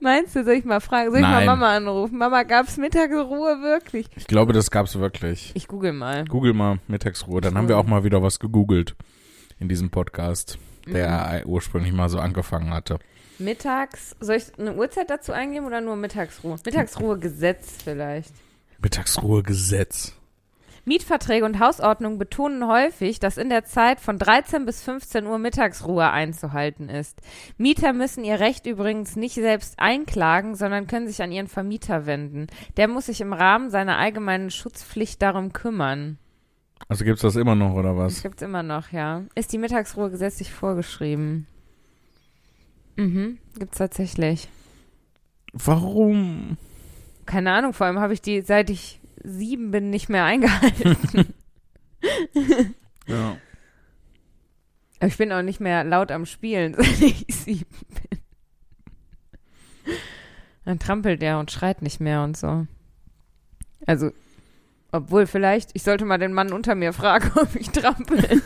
Speaker 1: Meinst du, soll ich mal fragen? Soll ich
Speaker 2: Nein.
Speaker 1: mal Mama anrufen? Mama, gab's Mittagsruhe wirklich?
Speaker 2: Ich glaube, das gab's wirklich.
Speaker 1: Ich google mal.
Speaker 2: Google mal Mittagsruhe, dann haben wir auch mal wieder was gegoogelt in diesem Podcast, der
Speaker 1: Mhm.
Speaker 2: ursprünglich mal so angefangen hatte.
Speaker 1: Mittags, soll ich eine Uhrzeit dazu eingeben oder nur Mittagsruhe? Mittagsruhe Gesetz vielleicht.
Speaker 2: Mittagsruhegesetz.
Speaker 1: Mietverträge und Hausordnung betonen häufig, dass in der Zeit von 13 bis 15 Uhr Mittagsruhe einzuhalten ist. Mieter müssen ihr Recht übrigens nicht selbst einklagen, sondern können sich an ihren Vermieter wenden. Der muss sich im Rahmen seiner allgemeinen Schutzpflicht darum kümmern.
Speaker 2: Also gibt's das immer noch oder
Speaker 1: Das
Speaker 2: was?
Speaker 1: gibt's immer noch, ja. Ist die Mittagsruhe gesetzlich vorgeschrieben? Mhm, gibt's tatsächlich.
Speaker 2: Warum?
Speaker 1: Keine Ahnung, vor allem habe ich die, seit ich sieben bin, nicht mehr eingehalten.
Speaker 2: Ja.
Speaker 1: Aber Ich bin auch nicht mehr laut am Spielen, seit ich sieben bin. Dann trampelt er und schreit nicht mehr und so. Also, obwohl vielleicht, ich sollte mal den Mann unter mir fragen, ob ich trampel.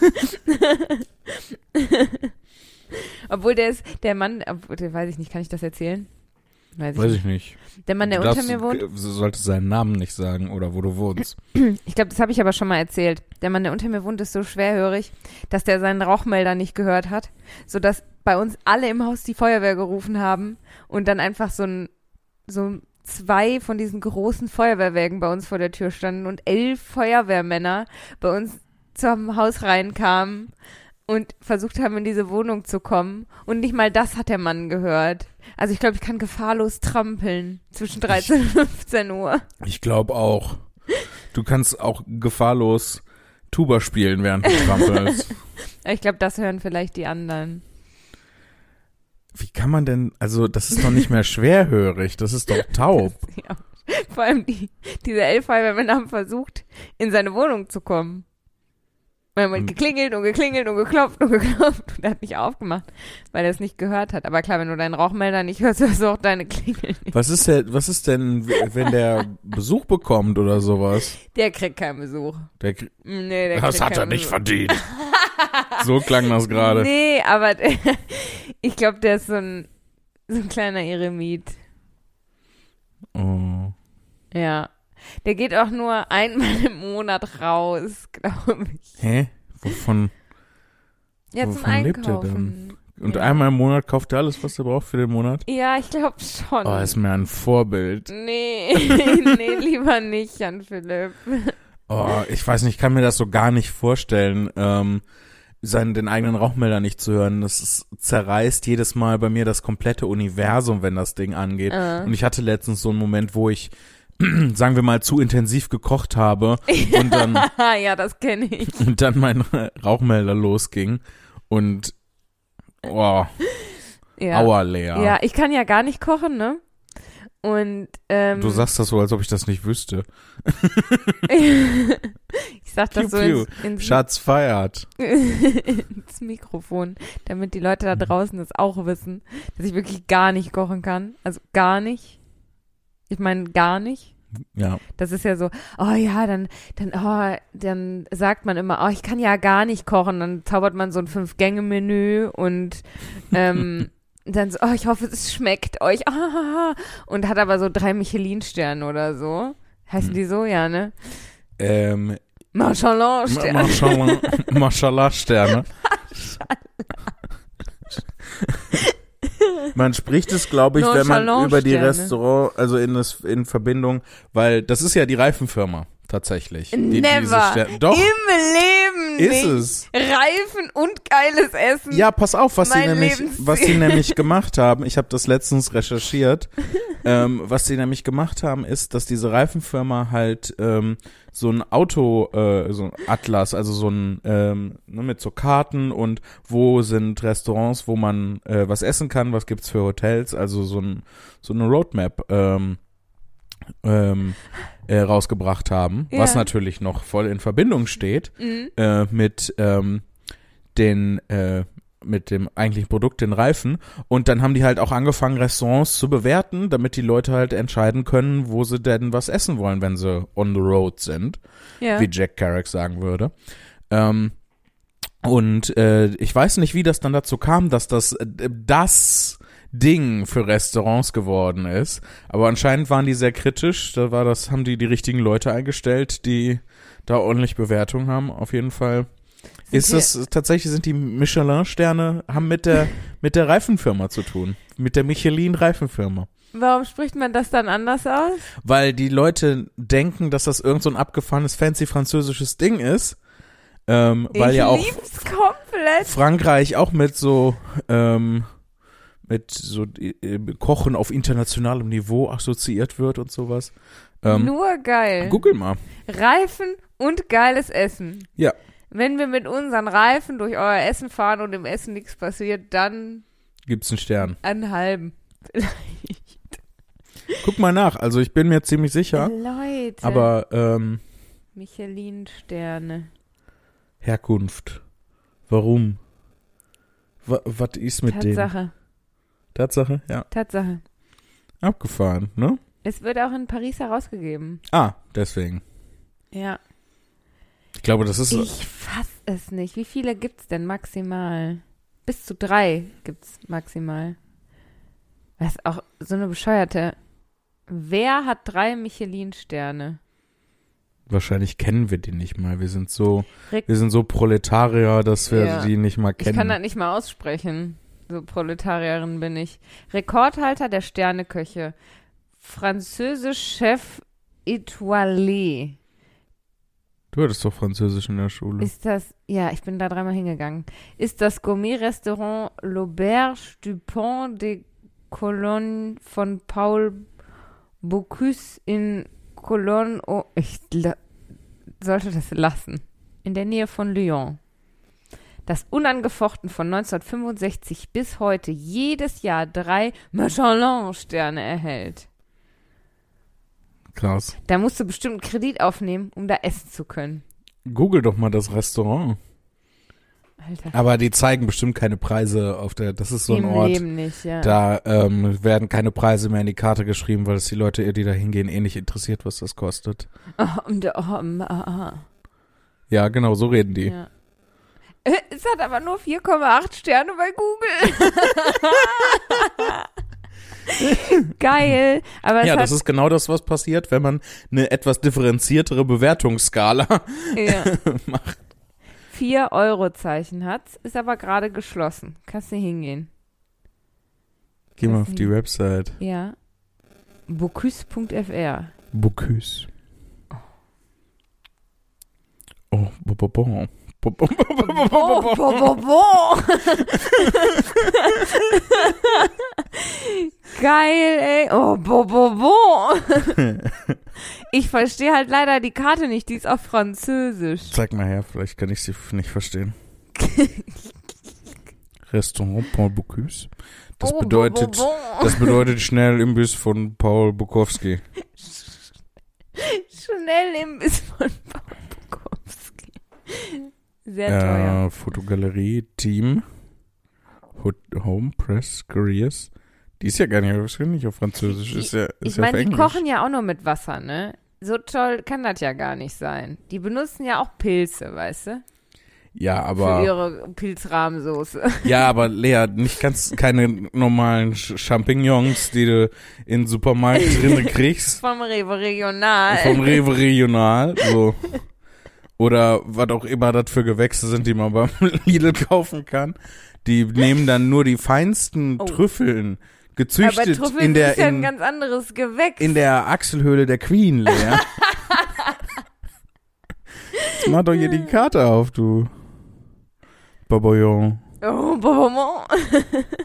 Speaker 1: obwohl der ist, der Mann, obwohl, der weiß ich nicht, kann ich das erzählen? Weiß ich,
Speaker 2: Weiß ich nicht.
Speaker 1: nicht. Der Mann, der
Speaker 2: Du
Speaker 1: unter
Speaker 2: darfst-
Speaker 1: mir wohnt,
Speaker 2: Solltest seinen Namen nicht sagen oder wo du wohnst.
Speaker 1: ich glaube, das habe ich aber schon mal erzählt. Der Mann, der unter mir wohnt, ist so schwerhörig, dass der seinen Rauchmelder nicht gehört hat, sodass bei uns alle im Haus die Feuerwehr gerufen haben und dann einfach so ein, so zwei von diesen großen Feuerwehrwägen bei uns vor der Tür standen und elf Feuerwehrmänner bei uns zum Haus reinkamen und versucht haben, in diese Wohnung zu kommen. Und nicht mal das hat der Mann gehört. Also ich glaube, ich kann gefahrlos trampeln zwischen 13 und 15 Uhr.
Speaker 2: Ich glaube auch. Du kannst auch gefahrlos Tuba spielen, während du trampelst.
Speaker 1: Ich glaube, das hören vielleicht die anderen.
Speaker 2: Wie kann man denn, also das ist doch nicht mehr schwerhörig, das ist doch taub.
Speaker 1: Ja. Vor allem die, diese elf Feuerwehrmänner haben versucht, in seine Wohnung zu kommen. Man hat
Speaker 2: Und-
Speaker 1: geklingelt und geklingelt und geklopft und geklopft und er hat nicht aufgemacht, weil er es nicht gehört hat. Aber klar, wenn du deinen Rauchmelder nicht hörst, hörst du auch deine Klingel nicht.
Speaker 2: Was ist, der, was ist denn, wenn der Besuch bekommt oder sowas?
Speaker 1: Der kriegt keinen Besuch.
Speaker 2: Der, krie-
Speaker 1: Nee, der
Speaker 2: das
Speaker 1: kriegt
Speaker 2: hat er
Speaker 1: keinen
Speaker 2: nicht
Speaker 1: Besuch.
Speaker 2: verdient. So klang das gerade.
Speaker 1: Nee, aber ich glaube, der ist so ein, so ein kleiner Eremit.
Speaker 2: Oh.
Speaker 1: Ja. Der geht auch nur einmal im Monat raus, glaube ich.
Speaker 2: Hä? Wovon?
Speaker 1: Ja, zum
Speaker 2: Wovon lebt er denn?
Speaker 1: Einkaufen.
Speaker 2: Und
Speaker 1: Ja.
Speaker 2: einmal im Monat kauft er alles, was er braucht für den Monat?
Speaker 1: Ja, ich glaube schon.
Speaker 2: Oh, ist mir ein Vorbild.
Speaker 1: nee, nee, lieber nicht, Jan Philipp.
Speaker 2: Oh, ich weiß nicht, ich kann mir das so gar nicht vorstellen, ähm, seinen, den eigenen Rauchmelder nicht zu hören. Das ist, zerreißt jedes Mal bei mir das komplette Universum, wenn das Ding angeht.
Speaker 1: Äh.
Speaker 2: Und ich hatte letztens so einen Moment, wo ich, sagen wir mal, zu intensiv gekocht habe und dann
Speaker 1: ja, das kenne ich.
Speaker 2: und dann mein Rauchmelder losging und oh,
Speaker 1: Ja.
Speaker 2: aua leer.
Speaker 1: ja, ich kann ja gar nicht kochen, ne? Und ähm,
Speaker 2: Du sagst das so, als ob ich das nicht wüsste.
Speaker 1: ich sag das
Speaker 2: Piu,
Speaker 1: so
Speaker 2: piu.
Speaker 1: ins, ins,
Speaker 2: Schatz feiert.
Speaker 1: ins Mikrofon, damit die Leute
Speaker 2: Mhm.
Speaker 1: da draußen das auch wissen, dass ich wirklich gar nicht kochen kann. Also gar nicht. Ich meine gar nicht.
Speaker 2: Ja.
Speaker 1: Das ist ja so, oh ja, dann, dann, oh, dann sagt man immer, oh, ich kann ja gar nicht kochen. Dann zaubert man so ein Fünf-Gänge-Menü und ähm, dann so, oh, ich hoffe, es schmeckt euch. Ah, ah, ah. und hat aber so drei Michelin-Sterne oder so. Heißen
Speaker 2: Hm.
Speaker 1: die so, ja, ne?
Speaker 2: Ähm, Ma-
Speaker 1: Machalon-Sterne.
Speaker 2: Mashallah, Mashallah Sterne. Man spricht es, glaube ich, wenn man
Speaker 1: Nonchalant
Speaker 2: über die
Speaker 1: Sterne.
Speaker 2: Restaurant, also in, das, in Verbindung, weil das ist ja die Reifenfirma tatsächlich. Die, diese
Speaker 1: Never.
Speaker 2: Sterne- Doch,
Speaker 1: Im Leben
Speaker 2: ist
Speaker 1: nicht.
Speaker 2: es.
Speaker 1: Reifen und geiles Essen.
Speaker 2: Ja, pass auf, was sie
Speaker 1: Mein
Speaker 2: nämlich,
Speaker 1: Lebensziel.
Speaker 2: was sie nämlich gemacht haben. Ich habe das letztens recherchiert. ähm, was sie nämlich gemacht haben, ist, dass diese Reifenfirma halt ähm, so ein Auto, äh, so ein Atlas, also so ein ähm, ne, mit so Karten und wo sind Restaurants, wo man äh, was essen kann, was gibt's für Hotels, also so ein so eine Roadmap. Ähm, ähm, äh, rausgebracht haben,
Speaker 1: Ja.
Speaker 2: was natürlich noch voll in Verbindung steht
Speaker 1: Mhm.
Speaker 2: äh, mit ähm, den äh, mit dem eigentlichen Produkt, den Reifen. Und dann haben die halt auch angefangen, Restaurants zu bewerten, damit die Leute halt entscheiden können, wo sie denn was essen wollen, wenn sie on the road sind,
Speaker 1: Ja.
Speaker 2: wie Jack Carrack sagen würde. Ähm, und äh, ich weiß nicht, wie das dann dazu kam, dass das äh, das Ding für Restaurants geworden ist. Aber anscheinend waren die sehr kritisch. Da war das, haben die die richtigen Leute eingestellt, die da ordentlich Bewertungen haben. Auf jeden Fall
Speaker 1: Sind
Speaker 2: ist
Speaker 1: hier-
Speaker 2: es tatsächlich sind die Michelin-Sterne haben mit der mit der Reifenfirma zu tun, mit der Michelin-Reifenfirma,
Speaker 1: Warum spricht man das dann anders aus?
Speaker 2: weil die Leute denken, dass das irgend so ein abgefahrenes fancy französisches Ding ist, ähm, weil
Speaker 1: ich
Speaker 2: ja auch
Speaker 1: lieb's komplett.
Speaker 2: Frankreich auch mit so ähm, mit so äh, Kochen auf internationalem Niveau assoziiert wird und sowas. Ähm,
Speaker 1: Nur geil.
Speaker 2: Google mal.
Speaker 1: Reifen und geiles Essen.
Speaker 2: Ja.
Speaker 1: Wenn wir mit unseren Reifen durch euer Essen fahren und im Essen nichts passiert, dann
Speaker 2: Gibt's einen Stern.
Speaker 1: einen halben. Vielleicht.
Speaker 2: Guck mal nach. Also ich bin mir ziemlich sicher.
Speaker 1: Leute.
Speaker 2: Aber ähm,
Speaker 1: Michelin-Sterne.
Speaker 2: Herkunft. Warum? Wa- Was ist mit denen?
Speaker 1: Tatsache.
Speaker 2: Tatsache, ja.
Speaker 1: Tatsache.
Speaker 2: Abgefahren, ne?
Speaker 1: Es wird auch in Paris herausgegeben.
Speaker 2: Ah, deswegen.
Speaker 1: Ja.
Speaker 2: Ich glaube, das ist.
Speaker 1: Ich fass es nicht. Wie viele gibt's denn maximal? Bis zu drei gibt's maximal. Was auch so eine bescheuerte. Wer hat drei Michelin-Sterne?
Speaker 2: wahrscheinlich kennen wir die nicht mal. Wir sind so,
Speaker 1: Rick-
Speaker 2: wir sind so Proletarier, dass wir
Speaker 1: Ja.
Speaker 2: die nicht mal
Speaker 1: Ich kann das
Speaker 2: kennen.
Speaker 1: nicht mal aussprechen. So Proletarierin bin ich. Rekordhalter der Sterneköche. Französisch Chef Etoilé.
Speaker 2: Du hattest doch Französisch in der Schule.
Speaker 1: Ist das, ja, ich bin da dreimal hingegangen. Ist das Gourmet-Restaurant L'Auberge du Pont des Colonnes von Paul Bocuse in Cologne. Oh, ich la- sollte das lassen. In der Nähe von Lyon. Das unangefochten von 1965 bis heute jedes Jahr drei Michelin-Sterne erhält.
Speaker 2: Krass.
Speaker 1: Da musst du bestimmt einen Kredit aufnehmen, um da essen zu können.
Speaker 2: Google doch mal das Restaurant.
Speaker 1: Alter,
Speaker 2: Aber die zeigen bestimmt keine Preise auf der. Das ist so ein
Speaker 1: im
Speaker 2: Ort.
Speaker 1: Leben nicht, ja.
Speaker 2: Da ähm, werden keine Preise mehr in die Karte geschrieben, weil es die Leute, die da hingehen, eh nicht interessiert, was das kostet.
Speaker 1: Oh, und, oh, mm, ah, ah.
Speaker 2: Ja, genau, so reden die.
Speaker 1: Ja. Äh, Es hat aber nur 4,8 Sterne bei Google. Geil. Aber es
Speaker 2: Ja,
Speaker 1: hat,
Speaker 2: das ist genau das, was passiert, wenn man eine etwas differenziertere Bewertungsskala
Speaker 1: ja,
Speaker 2: macht.
Speaker 1: 4 Euro-Zeichen hat's, ist aber gerade geschlossen. Kannst nicht hingehen.
Speaker 2: Geh mal auf die Website.
Speaker 1: Ja. Bocuse.fr.
Speaker 2: Bocuse. Oh, bo bo bo. Bo- bo- bo- bo- bo- bo- bo- bo-
Speaker 1: bo, bo. Geil, ey. Oh, bo, bo, bo. Ich verstehe halt leider die Karte nicht, die ist auf Französisch.
Speaker 2: Zeig mal her, vielleicht kann ich sie f- nicht verstehen. Restaurant Paul Bocuse. Das
Speaker 1: Oh, Bo,
Speaker 2: bedeutet,
Speaker 1: Bo, bo, bo.
Speaker 2: das bedeutet Schnellimbiss von Paul Bukowski.
Speaker 1: Schnell im Biss von Paul Bukowski. Sehr teuer.
Speaker 2: Äh, Fotogalerie, Team, Ho- Home Press, Careers. Die ist ja gar nicht, ist ja nicht auf Französisch,
Speaker 1: Die-
Speaker 2: ist ja, ist
Speaker 1: Ich
Speaker 2: ja auf
Speaker 1: meine, die
Speaker 2: Englisch.
Speaker 1: kochen ja auch nur mit Wasser, ne? So toll kann das ja gar nicht sein. Die benutzen ja auch Pilze, weißt du?
Speaker 2: ja,
Speaker 1: Für
Speaker 2: aber,
Speaker 1: ihre Pilzrahmsoße.
Speaker 2: ja, aber Lea, nicht ganz, keine normalen Sch Champignons, die du in den Supermarkt drin kriegst,
Speaker 1: Vom Rewe Regional.
Speaker 2: vom Rewe Regional, so. Oder was auch immer das für Gewächse sind, die man beim Lidl kaufen kann. Die nehmen dann nur die feinsten
Speaker 1: Oh.
Speaker 2: Trüffeln,
Speaker 1: Aber
Speaker 2: gezüchtet
Speaker 1: Trüffel
Speaker 2: in der,
Speaker 1: ist ja ein
Speaker 2: in,
Speaker 1: ganz anderes Gewächs.
Speaker 2: in der Achselhöhle der Queen leer. Jetzt mach doch hier die Karte auf, du. Baboyon.
Speaker 1: oh, Bonbon.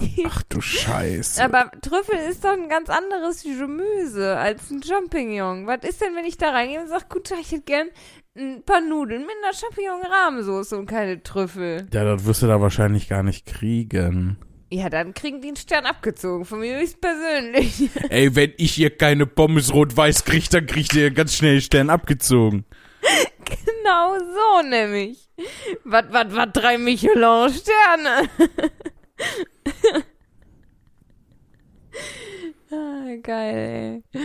Speaker 1: Die-
Speaker 2: Ach du Scheiße.
Speaker 1: Aber Trüffel ist doch ein ganz anderes Gemüse als ein Champignon. Was ist denn, wenn ich da reingehe und sage, gut, ich hätte gern ein paar Nudeln mit einer Champignon-Rahmensoße und keine Trüffel?
Speaker 2: Ja, das wirst du da wahrscheinlich gar nicht kriegen.
Speaker 1: Ja, dann kriegen die einen Stern abgezogen. Von mir höchstpersönlich.
Speaker 2: Ey, wenn ich hier keine Pommes rot-weiß krieg, dann kriegt ihr ganz schnell den Stern abgezogen.
Speaker 1: genau so nämlich. Was, was, was, drei Michelin-Sterne? ah, geil, ey.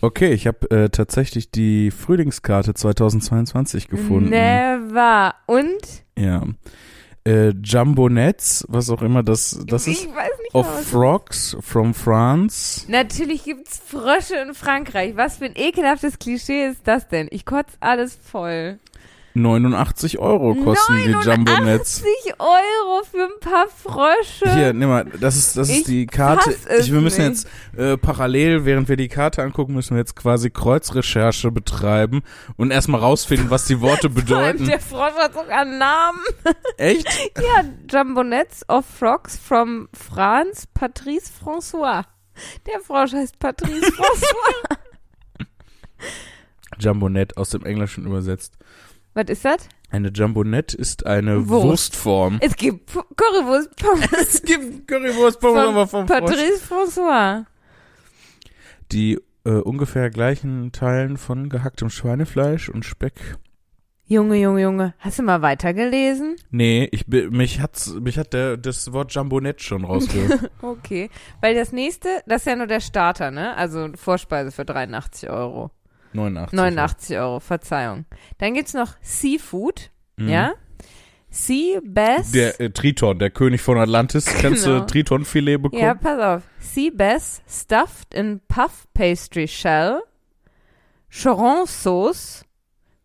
Speaker 2: Okay, ich habe äh, tatsächlich die Frühlingskarte 2022 gefunden.
Speaker 1: Never. Und?
Speaker 2: Ja. Äh, Jumbo Netz, was auch immer das, das ist.
Speaker 1: ich weiß nicht,
Speaker 2: Of
Speaker 1: mal, was
Speaker 2: Frogs from France.
Speaker 1: Natürlich gibt's Frösche in Frankreich. Was für ein ekelhaftes Klischee ist das denn? Ich kotz alles voll.
Speaker 2: 89 Euro kosten die Jumbo-Netz.
Speaker 1: 80 Euro für ein paar Frösche.
Speaker 2: Hier, nimm mal, das ist, das ist
Speaker 1: Ich
Speaker 2: die Karte.
Speaker 1: fass es
Speaker 2: ich, wir müssen
Speaker 1: nicht.
Speaker 2: jetzt äh, parallel, während wir die Karte angucken, müssen wir jetzt quasi Kreuzrecherche betreiben und erstmal rausfinden, was die Worte
Speaker 1: Vor allem
Speaker 2: bedeuten.
Speaker 1: der Frosch hat sogar einen Namen.
Speaker 2: Echt?
Speaker 1: Ja, Jambonets of Frogs from France, Patrice François. Der Frosch heißt Patrice François.
Speaker 2: Jumbonet aus dem Englischen übersetzt.
Speaker 1: Was ist das?
Speaker 2: Eine Jumbonet ist eine
Speaker 1: Wurst.
Speaker 2: Wurstform.
Speaker 1: Es gibt P- Currywurst Pommes
Speaker 2: Es gibt Currywurstpommes
Speaker 1: von
Speaker 2: aber vom Frosch.
Speaker 1: Patrice François.
Speaker 2: Die äh, ungefähr gleichen Teilen von gehacktem Schweinefleisch und Speck
Speaker 1: Junge, Junge, Junge. Hast du mal weitergelesen?
Speaker 2: Nee, ich bi- mich hat's mich hat der das Wort Jambonett schon rausgehört.
Speaker 1: Okay. Weil das nächste, das ist ja nur der Starter, ne? Also Vorspeise für 83 Euro.
Speaker 2: 89.
Speaker 1: 89 Euro, Verzeihung. Dann gibt's noch Seafood,
Speaker 2: Mhm.
Speaker 1: ja? Sea Bass.
Speaker 2: Der äh, Triton, der König von Atlantis, kannst
Speaker 1: Genau.
Speaker 2: du Tritonfilet bekommen?
Speaker 1: Ja, pass auf. Sea Bass stuffed in Puff Pastry Shell, Choron Sauce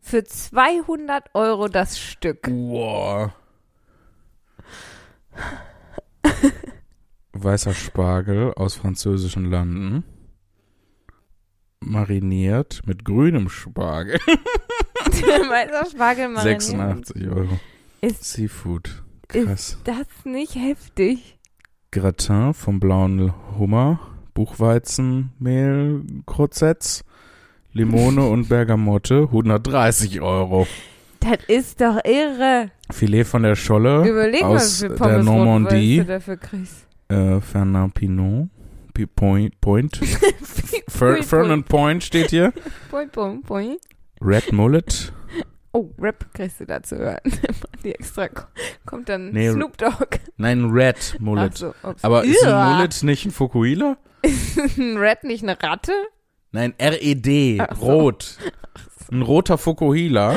Speaker 1: für 200 Euro das Stück.
Speaker 2: Wow. Weißer Spargel aus französischen Landen. Mariniert mit grünem Spargel.
Speaker 1: Weißer Spargel mariniert.
Speaker 2: 86 Euro.
Speaker 1: Ist-
Speaker 2: Seafood. Krass.
Speaker 1: Das ist nicht heftig.
Speaker 2: Gratin vom blauen Hummer, Buchweizenmehl, Krozets, Limone und Bergamotte, 130 Euro.
Speaker 1: Das ist doch irre.
Speaker 2: Filet von der Scholle,
Speaker 1: Überleg mal,
Speaker 2: Äh, aus
Speaker 1: wie viel
Speaker 2: der
Speaker 1: Pommes
Speaker 2: Normandie.
Speaker 1: Rotweiß du dafür kriegst.
Speaker 2: äh, Fernand Pinon, P Point, Point, Fer
Speaker 1: Pui,
Speaker 2: Fernand Point steht hier,
Speaker 1: pui, pui, pui.
Speaker 2: Red Mullet,
Speaker 1: Oh, Rap kriegst du dazu hören. Die extra kommt dann
Speaker 2: Nee,
Speaker 1: Snoop Dogg.
Speaker 2: nein, Red
Speaker 1: Ach
Speaker 2: Mullet.
Speaker 1: so, ups.
Speaker 2: Aber ist ein
Speaker 1: Uah.
Speaker 2: Mullet nicht ein Fukuila?
Speaker 1: ein Red nicht eine Ratte?
Speaker 2: Nein, R-E-D,
Speaker 1: Ach so.
Speaker 2: rot. Ein roter Fukuhila.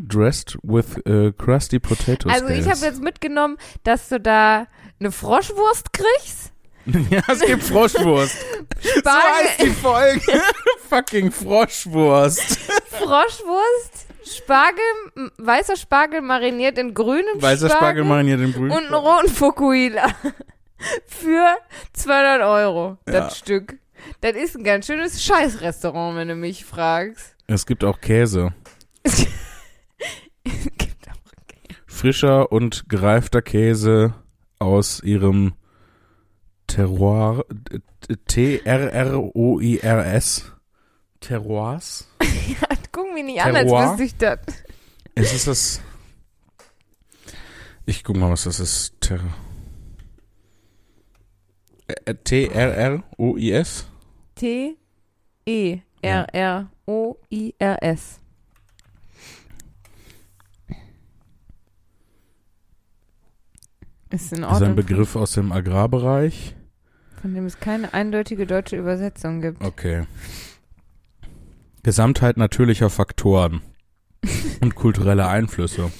Speaker 2: Dressed with äh, crusty potato
Speaker 1: Also ich
Speaker 2: scales.
Speaker 1: Also, habe jetzt mitgenommen, dass du da eine Froschwurst kriegst?
Speaker 2: ja, es gibt Froschwurst. so heißt die
Speaker 1: Spargel,
Speaker 2: Folge. Fucking Froschwurst.
Speaker 1: Froschwurst, Spargel, m- weißer Spargel mariniert in grünem
Speaker 2: Weißer
Speaker 1: Spargel,
Speaker 2: Spargel mariniert in Brühe.
Speaker 1: und einen roten Fokuhila. Für 200 Euro,
Speaker 2: Ja.
Speaker 1: das Stück. Das ist ein ganz schönes Scheißrestaurant, wenn du mich fragst.
Speaker 2: Es gibt auch Käse.
Speaker 1: Gibt auch-
Speaker 2: Frischer und gereifter Käse aus ihrem Terroir. äh, T-R-R-O-I-R-S. Terroirs.
Speaker 1: Guck mich nicht an, als
Speaker 2: Terroir.
Speaker 1: wüsste ich das.
Speaker 2: Es ist das. Ich guck mal, was das ist. Ter Ä- Ä- T-R-R-O-I-S?
Speaker 1: E T-E-R-R-O-I-R-S. Ist in
Speaker 2: Das ist
Speaker 1: Ordnung.
Speaker 2: ein Begriff aus dem Agrarbereich.
Speaker 1: Von dem es keine eindeutige deutsche Übersetzung gibt.
Speaker 2: Okay. Gesamtheit natürlicher Faktoren und kulturelle Einflüsse,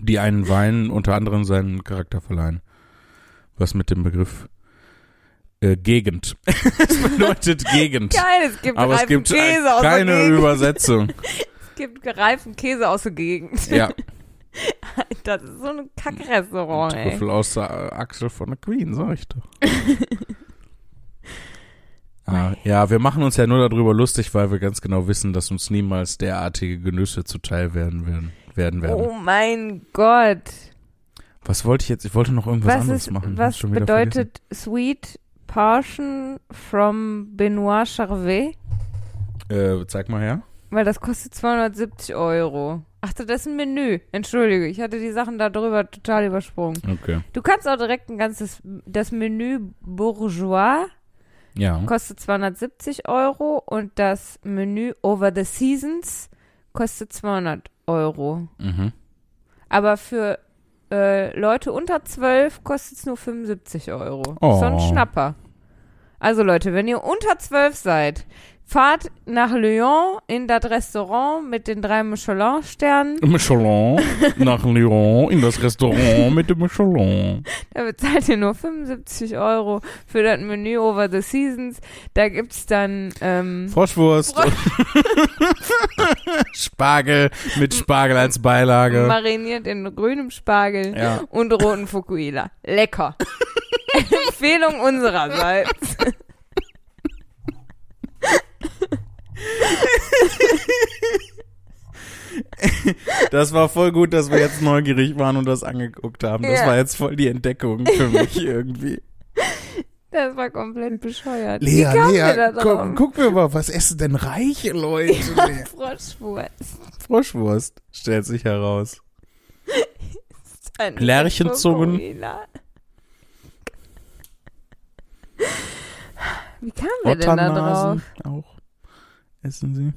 Speaker 2: die einen Wein unter anderem seinen Charakter verleihen. Was mit dem Begriff äh, Gegend. Es bedeutet Gegend.
Speaker 1: Geil, es gibt
Speaker 2: Aber es
Speaker 1: reifen
Speaker 2: gibt ein-
Speaker 1: Käse aus der
Speaker 2: keine
Speaker 1: Gegend.
Speaker 2: Übersetzung.
Speaker 1: Es gibt gereifen Käse aus der Gegend.
Speaker 2: Ja,
Speaker 1: Das ist so ein Kackrestaurant, ey.
Speaker 2: Trüffel aus der äh, Achsel von der Queen, sag ich doch. ah, ja, wir machen uns ja nur darüber lustig, weil wir ganz genau wissen, dass uns niemals derartige Genüsse zuteil werden werden. werden, werden.
Speaker 1: Oh mein Gott.
Speaker 2: Was wollte ich jetzt? Ich wollte noch irgendwas
Speaker 1: Was,
Speaker 2: anderes
Speaker 1: ist,
Speaker 2: machen. Hab's
Speaker 1: was
Speaker 2: schon wieder
Speaker 1: bedeutet Sweet Passion from Benoit Charvet?
Speaker 2: vergessen. Äh, zeig mal her.
Speaker 1: Weil das kostet 270 Euro. Ach so, das ist ein Menü. Entschuldige, ich hatte die Sachen da drüber total übersprungen.
Speaker 2: Okay.
Speaker 1: Du kannst auch direkt ein ganzes, das Menü Bourgeois
Speaker 2: Ja.
Speaker 1: kostet 270 Euro und das Menü Over the Seasons kostet 200 Euro.
Speaker 2: Mhm.
Speaker 1: Aber für äh, Leute unter 12 kostet es nur 75 Euro.
Speaker 2: Oh.
Speaker 1: So ein Schnapper. Also Leute, wenn ihr unter 12 seid, fahrt nach Lyon in das Restaurant mit den drei Michelin-Sternen.
Speaker 2: Michelin nach Lyon in das Restaurant mit dem Michelin.
Speaker 1: Da bezahlt ihr nur 75 Euro für das Menü Over the Seasons. Da gibt's dann ähm,
Speaker 2: Froschwurst. Spargel mit Spargel als Beilage.
Speaker 1: mariniert in grünem Spargel
Speaker 2: Ja.
Speaker 1: und roten Fukuila. Lecker. Empfehlung unsererseits.
Speaker 2: Das war voll gut, dass wir jetzt neugierig waren und das angeguckt haben. Das
Speaker 1: Ja.
Speaker 2: war jetzt voll die Entdeckung für mich irgendwie.
Speaker 1: Das war komplett bescheuert. Wie
Speaker 2: Lea,
Speaker 1: kamen wir
Speaker 2: Lea,
Speaker 1: da
Speaker 2: komm,
Speaker 1: drauf?
Speaker 2: guck mir mal, was essen denn reiche Leute? Lea?
Speaker 1: Froschwurst.
Speaker 2: Froschwurst, stellt sich heraus.
Speaker 1: Ein
Speaker 2: Lärchenzungen.
Speaker 1: Krokodila. Wie kamen wir denn da drauf?
Speaker 2: Otternasen auch essen sie.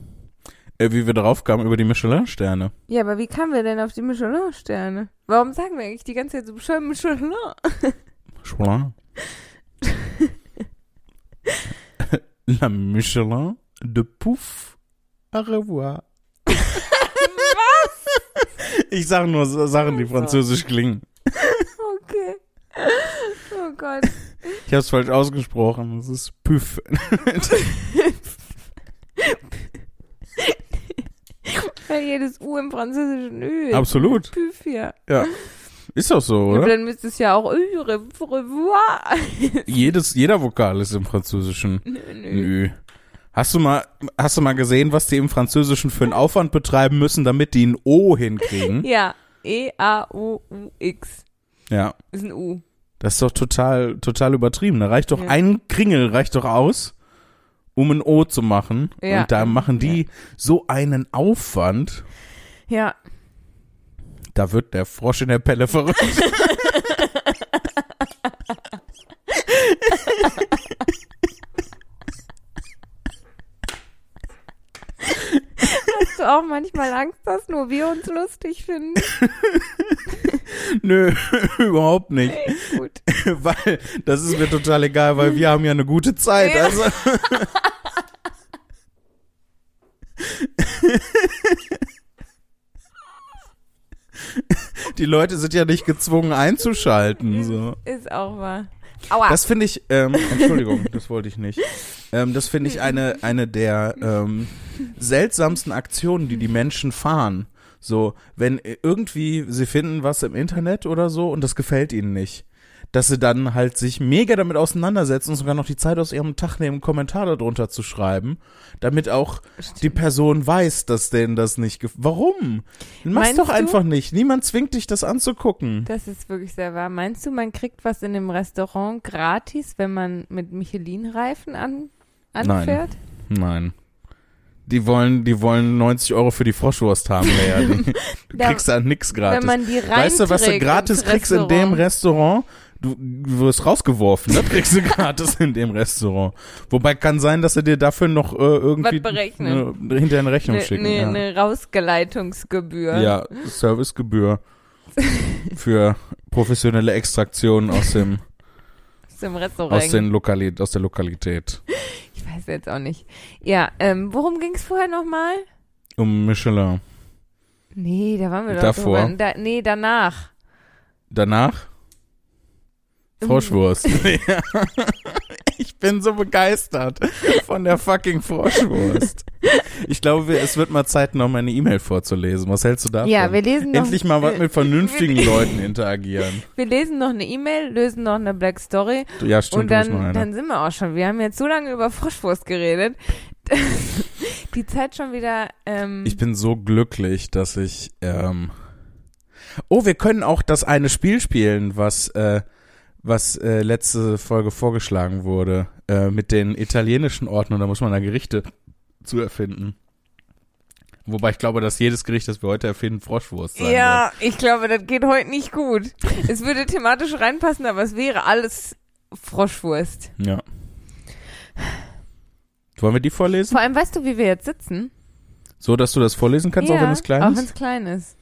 Speaker 2: Äh, wie wir drauf kamen über die Michelin-Sterne.
Speaker 1: Ja, aber wie kamen wir denn auf die Michelin-Sterne? Warum sagen wir eigentlich die ganze Zeit so bescheuert Michelin?
Speaker 2: Michelin. La Michelin de Pouf. Au revoir.
Speaker 1: Was?
Speaker 2: Ich sage nur so Sachen, die französisch klingen.
Speaker 1: Okay. Oh Gott.
Speaker 2: Ich habe es falsch ausgesprochen. Es ist Püff.
Speaker 1: Weil jedes U im Französischen Ü. ist.
Speaker 2: Absolut.
Speaker 1: Püff hier.
Speaker 2: Ist doch so,
Speaker 1: Aber
Speaker 2: oder?
Speaker 1: dann müsste es ja auch Ü, Re- Revoir.
Speaker 2: Jedes, jeder Vokal ist im Französischen.
Speaker 1: Nö, nö.
Speaker 2: Nö. Hast du mal, hast du mal gesehen, was die im Französischen für einen Aufwand betreiben müssen, damit die ein O hinkriegen?
Speaker 1: Ja. E E-A-O-U-X.
Speaker 2: Ja.
Speaker 1: Ist ein U.
Speaker 2: Das ist doch total, total übertrieben. Da reicht doch
Speaker 1: Ja.
Speaker 2: ein Kringel, reicht doch aus, um ein O zu machen.
Speaker 1: Ja.
Speaker 2: Und da machen die so einen Aufwand,
Speaker 1: Ja.
Speaker 2: da wird der Frosch in der Pelle verrückt.
Speaker 1: Hast du auch manchmal Angst, dass nur wir uns lustig finden?
Speaker 2: Nö, überhaupt nicht.
Speaker 1: Gut.
Speaker 2: Weil, das ist mir total egal, weil wir haben ja eine gute Zeit.
Speaker 1: Ja.
Speaker 2: Also. Die Leute sind ja nicht gezwungen einzuschalten. So.
Speaker 1: Ist auch wahr. Aua.
Speaker 2: Das finde ich, ähm, Entschuldigung, das wollte ich nicht. Ähm, das finde ich eine, eine der ähm, seltsamsten Aktionen, die die Menschen fahren. So, wenn irgendwie sie finden was im Internet oder so und das gefällt ihnen nicht, dass sie dann halt sich mega damit auseinandersetzen und sogar noch die Zeit aus ihrem Tag nehmen, einen Kommentar darunter zu schreiben, damit auch die Person weiß, dass denen das nicht gefällt. Warum? Mach's
Speaker 1: Meinst
Speaker 2: doch
Speaker 1: du?
Speaker 2: einfach nicht. Niemand zwingt dich, das anzugucken.
Speaker 1: das ist wirklich sehr wahr. Meinst du, man kriegt was in dem Restaurant gratis, wenn man mit Michelin-Reifen an, anfährt?
Speaker 2: Nein. Die wollen, die wollen 90 Euro für die Froschwurst haben, Lea. Die
Speaker 1: Da-
Speaker 2: kriegst da nix
Speaker 1: Wenn
Speaker 2: gratis.
Speaker 1: man die reinträgt
Speaker 2: Weißt du, was du
Speaker 1: ins
Speaker 2: gratis kriegst in dem Restaurant? Du, du wirst rausgeworfen, das kriegst du gratis in dem Restaurant. Wobei kann sein, dass er dir dafür noch äh, irgendwie
Speaker 1: Was berechnen.
Speaker 2: ne- hinter eine Rechnung
Speaker 1: Eine
Speaker 2: schicken.
Speaker 1: ne,
Speaker 2: ja.
Speaker 1: ne Rausgeleitungsgebühr.
Speaker 2: ja, Servicegebühr für professionelle Extraktion aus dem
Speaker 1: Aus dem Restaurant.
Speaker 2: aus den Lokali aus der Lokalität.
Speaker 1: ich weiß jetzt auch nicht. Ja, ähm, worum ging's vorher nochmal?
Speaker 2: Um Michelin.
Speaker 1: Nee, da waren wir doch
Speaker 2: Davor.
Speaker 1: drüber. Da, nee, danach.
Speaker 2: Danach Froschwurst. Ja. ich bin so begeistert von der fucking Froschwurst. Ich glaube, wir- es wird mal Zeit, noch meine E-Mail vorzulesen. Was hältst du davon?
Speaker 1: Ja, wir lesen noch,
Speaker 2: Endlich mal was
Speaker 1: äh,
Speaker 2: mit vernünftigen Leuten interagieren.
Speaker 1: Wir lesen noch eine E-Mail, lösen noch eine Black Story
Speaker 2: Du- Ja, stimmt,
Speaker 1: und
Speaker 2: du musst noch
Speaker 1: dann,
Speaker 2: eine.
Speaker 1: dann sind wir auch schon. Wir haben jetzt so lange über Froschwurst geredet, dass die Zeit schon wieder. Ähm,
Speaker 2: Ich bin so glücklich, dass ich. Ähm oh, wir können auch das eine Spiel spielen, was, äh, was äh, letzte Folge vorgeschlagen wurde, äh, mit den italienischen Orten. Und da muss man da Gerichte zu erfinden. Wobei ich glaube, dass jedes Gericht, das wir heute erfinden, Froschwurst sein
Speaker 1: ja, ich glaube, das geht heute nicht gut. es würde thematisch reinpassen, aber es wäre alles Froschwurst.
Speaker 2: wird. Ja. Wollen wir die vorlesen?
Speaker 1: Vor allem, weißt du, wie wir jetzt sitzen?
Speaker 2: So, dass du das vorlesen kannst,
Speaker 1: ja,
Speaker 2: auch wenn es
Speaker 1: auch
Speaker 2: klein
Speaker 1: wenn es
Speaker 2: ist?
Speaker 1: klein ist.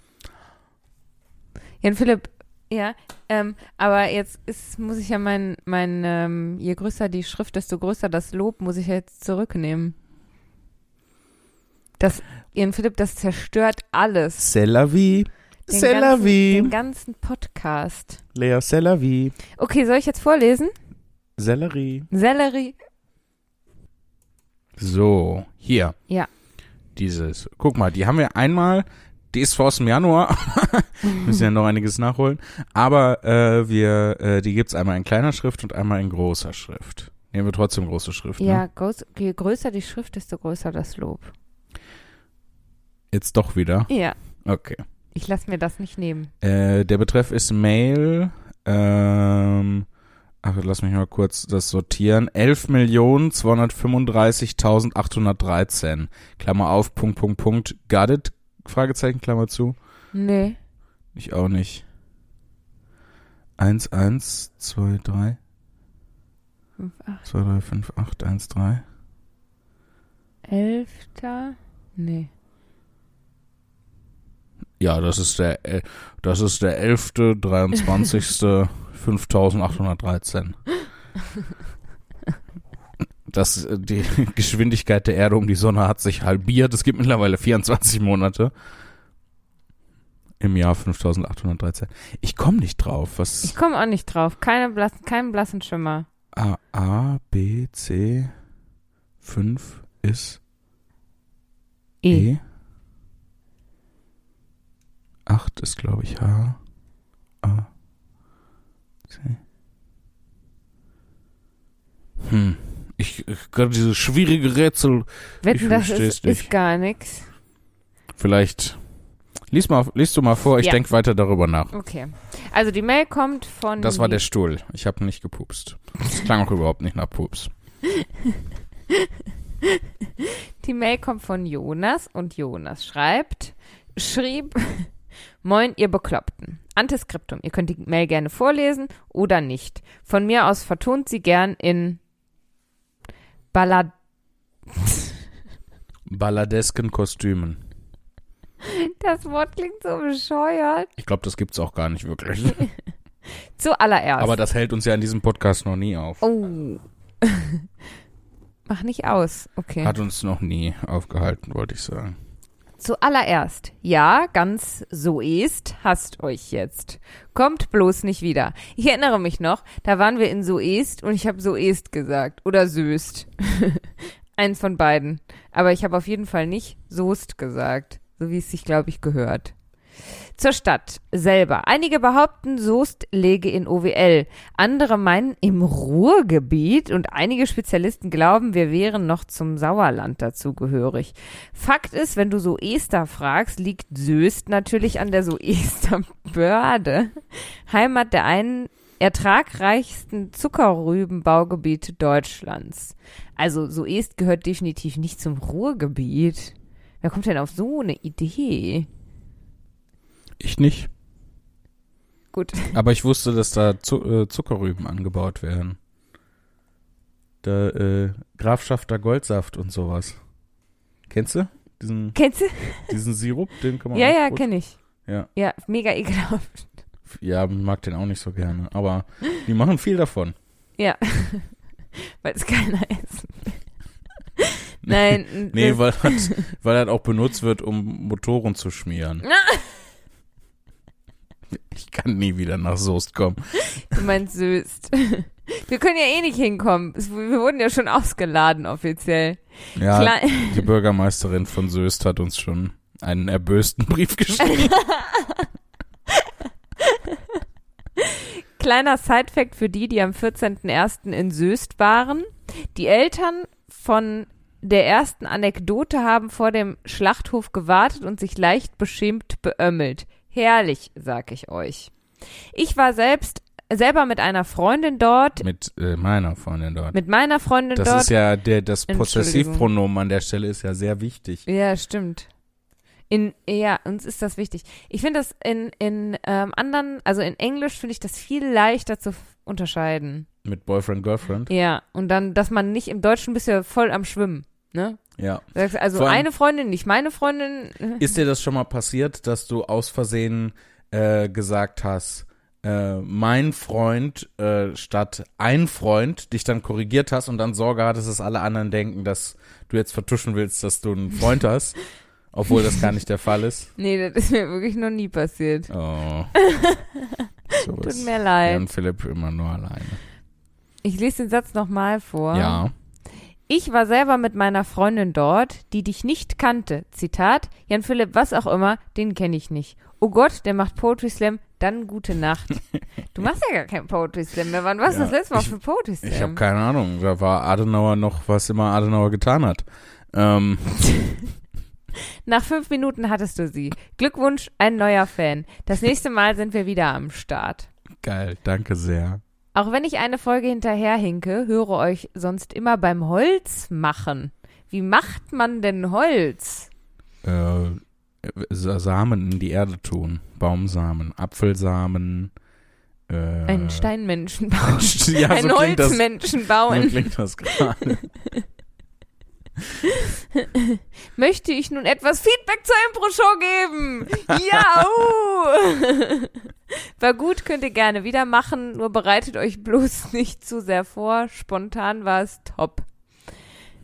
Speaker 1: Jan Philipp, ja, ähm, aber jetzt ist, muss ich ja mein, mein ähm, je größer die Schrift, desto größer das Lob, muss ich ja jetzt zurücknehmen. Das, Jan Philipp, das zerstört alles.
Speaker 2: C'est la vie.
Speaker 1: Den
Speaker 2: C'est la
Speaker 1: ganzen,
Speaker 2: vie.
Speaker 1: Den ganzen Podcast.
Speaker 2: Lea, c'est la vie.
Speaker 1: Okay, soll ich jetzt vorlesen?
Speaker 2: Sellerie.
Speaker 1: Sellerie.
Speaker 2: So, hier.
Speaker 1: Ja.
Speaker 2: Dieses. Guck mal, die haben wir einmal. Die ist vor aus dem Januar. Müssen ja noch einiges nachholen. Aber äh, wir, äh, die gibt's einmal in kleiner Schrift und einmal in großer Schrift. Nehmen wir trotzdem große Schrift.
Speaker 1: Ja,
Speaker 2: Ne?
Speaker 1: groß, je größer die Schrift, desto größer das Lob.
Speaker 2: Jetzt doch wieder.
Speaker 1: Ja,
Speaker 2: Okay.
Speaker 1: ich lasse mir das nicht nehmen.
Speaker 2: Äh, der Betreff ist Mail. Ähm, ach, lass mich mal kurz das sortieren. 11.235.813. Klammer auf, Punkt, Punkt, Punkt. Got it? Fragezeichen, Klammer zu.
Speaker 1: Nee.
Speaker 2: Ich auch nicht. Eins eins zwei drei
Speaker 1: Fünf, acht.
Speaker 2: zwei drei fünf acht eins drei
Speaker 1: Elfter? Nee.
Speaker 2: Ja, das ist der, äh, das ist der 11., 23., 5813. Das, äh, die Geschwindigkeit der Erde um die Sonne hat sich halbiert. Es gibt mittlerweile 24 Monate. Im Jahr 5813. Ich komme nicht drauf.
Speaker 1: Ich
Speaker 2: Was?
Speaker 1: komme auch nicht drauf. Keine blassen, keinen blassen Schimmer.
Speaker 2: A, A, B, C, 5 ist
Speaker 1: E.
Speaker 2: E. 8 ist, glaube ich, H. A. C. Hm. Ich, ich kann dieses schwierige Rätsel.
Speaker 1: Wetten, das
Speaker 2: versteh's
Speaker 1: ist,
Speaker 2: nicht.
Speaker 1: ist gar nichts.
Speaker 2: Vielleicht. Lies, mal, lies du mal vor, ich
Speaker 1: Ja.
Speaker 2: denk weiter darüber nach.
Speaker 1: Okay. Also die Mail kommt von.
Speaker 2: Das war der Stuhl. Ich habe nicht gepupst. Das klang auch überhaupt nicht nach Pups.
Speaker 1: Die Mail kommt von Jonas und Jonas schreibt, schrieb, Moin, ihr Bekloppten. Antiskriptum, ihr könnt die Mail gerne vorlesen oder nicht. Von mir aus vertont sie gern in Ballad
Speaker 2: Balladesken Kostümen.
Speaker 1: Das Wort klingt so bescheuert.
Speaker 2: Ich glaube, das gibt's auch gar nicht wirklich.
Speaker 1: Zuallererst.
Speaker 2: Aber das hält uns ja in diesem Podcast noch nie auf.
Speaker 1: Oh. Mach nicht aus. Okay.
Speaker 2: Hat uns noch nie aufgehalten, wollte ich sagen.
Speaker 1: Zuallererst, ja, ganz so ist, hasst euch jetzt. Kommt bloß nicht wieder. Ich erinnere mich noch, da waren wir in so ist und ich habe so ist gesagt. Oder söst. Eins von beiden. Aber ich habe auf jeden Fall nicht soest gesagt. So wie es sich, glaube ich, gehört. Zur Stadt selber. Einige behaupten, Soest läge in OWL. Andere meinen im Ruhrgebiet und einige Spezialisten glauben, wir wären noch zum Sauerland dazugehörig. Fakt ist, wenn du Soester fragst, liegt Soest natürlich an der Soester Börde, Heimat der einen ertragreichsten Zuckerrübenbaugebiete Deutschlands. Also Soest gehört definitiv nicht zum Ruhrgebiet. Wer kommt denn auf so eine Idee?
Speaker 2: Ich nicht.
Speaker 1: Gut.
Speaker 2: Aber ich wusste, dass da Zu äh, Zuckerrüben angebaut werden. Da, äh, Grafschafter Goldsaft und sowas. Kennst du? Diesen,
Speaker 1: Kennst du?
Speaker 2: diesen Sirup, den kann man
Speaker 1: Ja,
Speaker 2: auch
Speaker 1: ja,
Speaker 2: gut-
Speaker 1: kenne ich.
Speaker 2: Ja.
Speaker 1: Ja, mega ekelhaft.
Speaker 2: Ja, mag den auch nicht so gerne. Aber die machen viel davon.
Speaker 1: Ja. Weil es keiner essen will. Nein. äh,
Speaker 2: Nee,
Speaker 1: das-
Speaker 2: weil das, weil das auch benutzt wird, um Motoren zu schmieren. Ich kann nie wieder nach Soest kommen.
Speaker 1: du meinst süß. Wir können ja eh nicht hinkommen. Es, wir wurden ja schon ausgeladen offiziell.
Speaker 2: Ja,
Speaker 1: Klein-
Speaker 2: die Bürgermeisterin von Soest hat uns schon einen erbösten Brief geschrieben.
Speaker 1: Kleiner Sidefact für die, die am 14.01. in Söst waren. Die Eltern von der ersten Anekdote haben vor dem Schlachthof gewartet und sich leicht beschämt beömmelt. Herrlich, sag ich euch. Ich war selbst selber mit einer Freundin dort,
Speaker 2: Mit äh, meiner Freundin dort.
Speaker 1: mit meiner Freundin
Speaker 2: Das
Speaker 1: dort.
Speaker 2: ist ja der, das
Speaker 1: Entschuldigung.
Speaker 2: Possessivpronomen an der Stelle ist ja sehr wichtig.
Speaker 1: Ja, stimmt. In, ja, uns ist das wichtig. Ich finde das in, in ähm, anderen, also in Englisch finde ich das viel leichter zu f- unterscheiden.
Speaker 2: Mit Boyfriend, Girlfriend.
Speaker 1: Ja, und dann, dass man nicht im Deutschen bist du ja voll am Schwimmen, ne?
Speaker 2: Ja.
Speaker 1: Du sagst also
Speaker 2: Vor allem-
Speaker 1: eine Freundin, nicht meine Freundin.
Speaker 2: Ist dir das schon mal passiert, dass du aus Versehen äh, gesagt hast, äh, mein Freund äh, statt ein Freund dich dann korrigiert hast und dann Sorge hattest, dass alle anderen denken, dass du jetzt vertuschen willst, dass du einen Freund hast, obwohl das gar nicht der Fall ist?
Speaker 1: Nee, das ist mir wirklich noch nie passiert.
Speaker 2: Oh. So
Speaker 1: Tut
Speaker 2: ist
Speaker 1: mir leid.
Speaker 2: Jan Philipp immer nur alleine.
Speaker 1: Ich lese den Satz nochmal vor.
Speaker 2: Ja.
Speaker 1: Ich war selber mit meiner Freundin dort, die dich nicht kannte. Zitat, Jan Philipp, was auch immer, den kenne ich nicht. Oh Gott, der macht Poetry Slam, dann gute Nacht. Du machst ja gar keinen Poetry Slam mehr. Wann warst du
Speaker 2: Ja,
Speaker 1: das letzte Mal
Speaker 2: ich-
Speaker 1: für Poetry Slam?
Speaker 2: Ich habe keine Ahnung. Da war Adenauer noch, was immer Adenauer getan hat. Ähm,
Speaker 1: Nach fünf Minuten hattest du sie. Glückwunsch, ein neuer Fan. Das nächste Mal sind wir wieder am Start.
Speaker 2: geil, danke sehr.
Speaker 1: Auch wenn ich eine Folge hinterherhinke, höre euch sonst immer beim Holz machen. Wie macht man denn Holz?
Speaker 2: Äh, Sa- Samen in die Erde tun. Baumsamen, Apfelsamen. Äh,
Speaker 1: Einen Steinmenschen bauen.
Speaker 2: Ja, so
Speaker 1: Einen
Speaker 2: klingt das.
Speaker 1: Holzmenschen
Speaker 2: So
Speaker 1: bauen.
Speaker 2: klingt das gerade.
Speaker 1: Möchte ich nun etwas Feedback zur Impro-Show geben? ja! Uh. War gut, könnt ihr gerne wieder machen, nur bereitet euch bloß nicht zu sehr vor. Spontan war es top.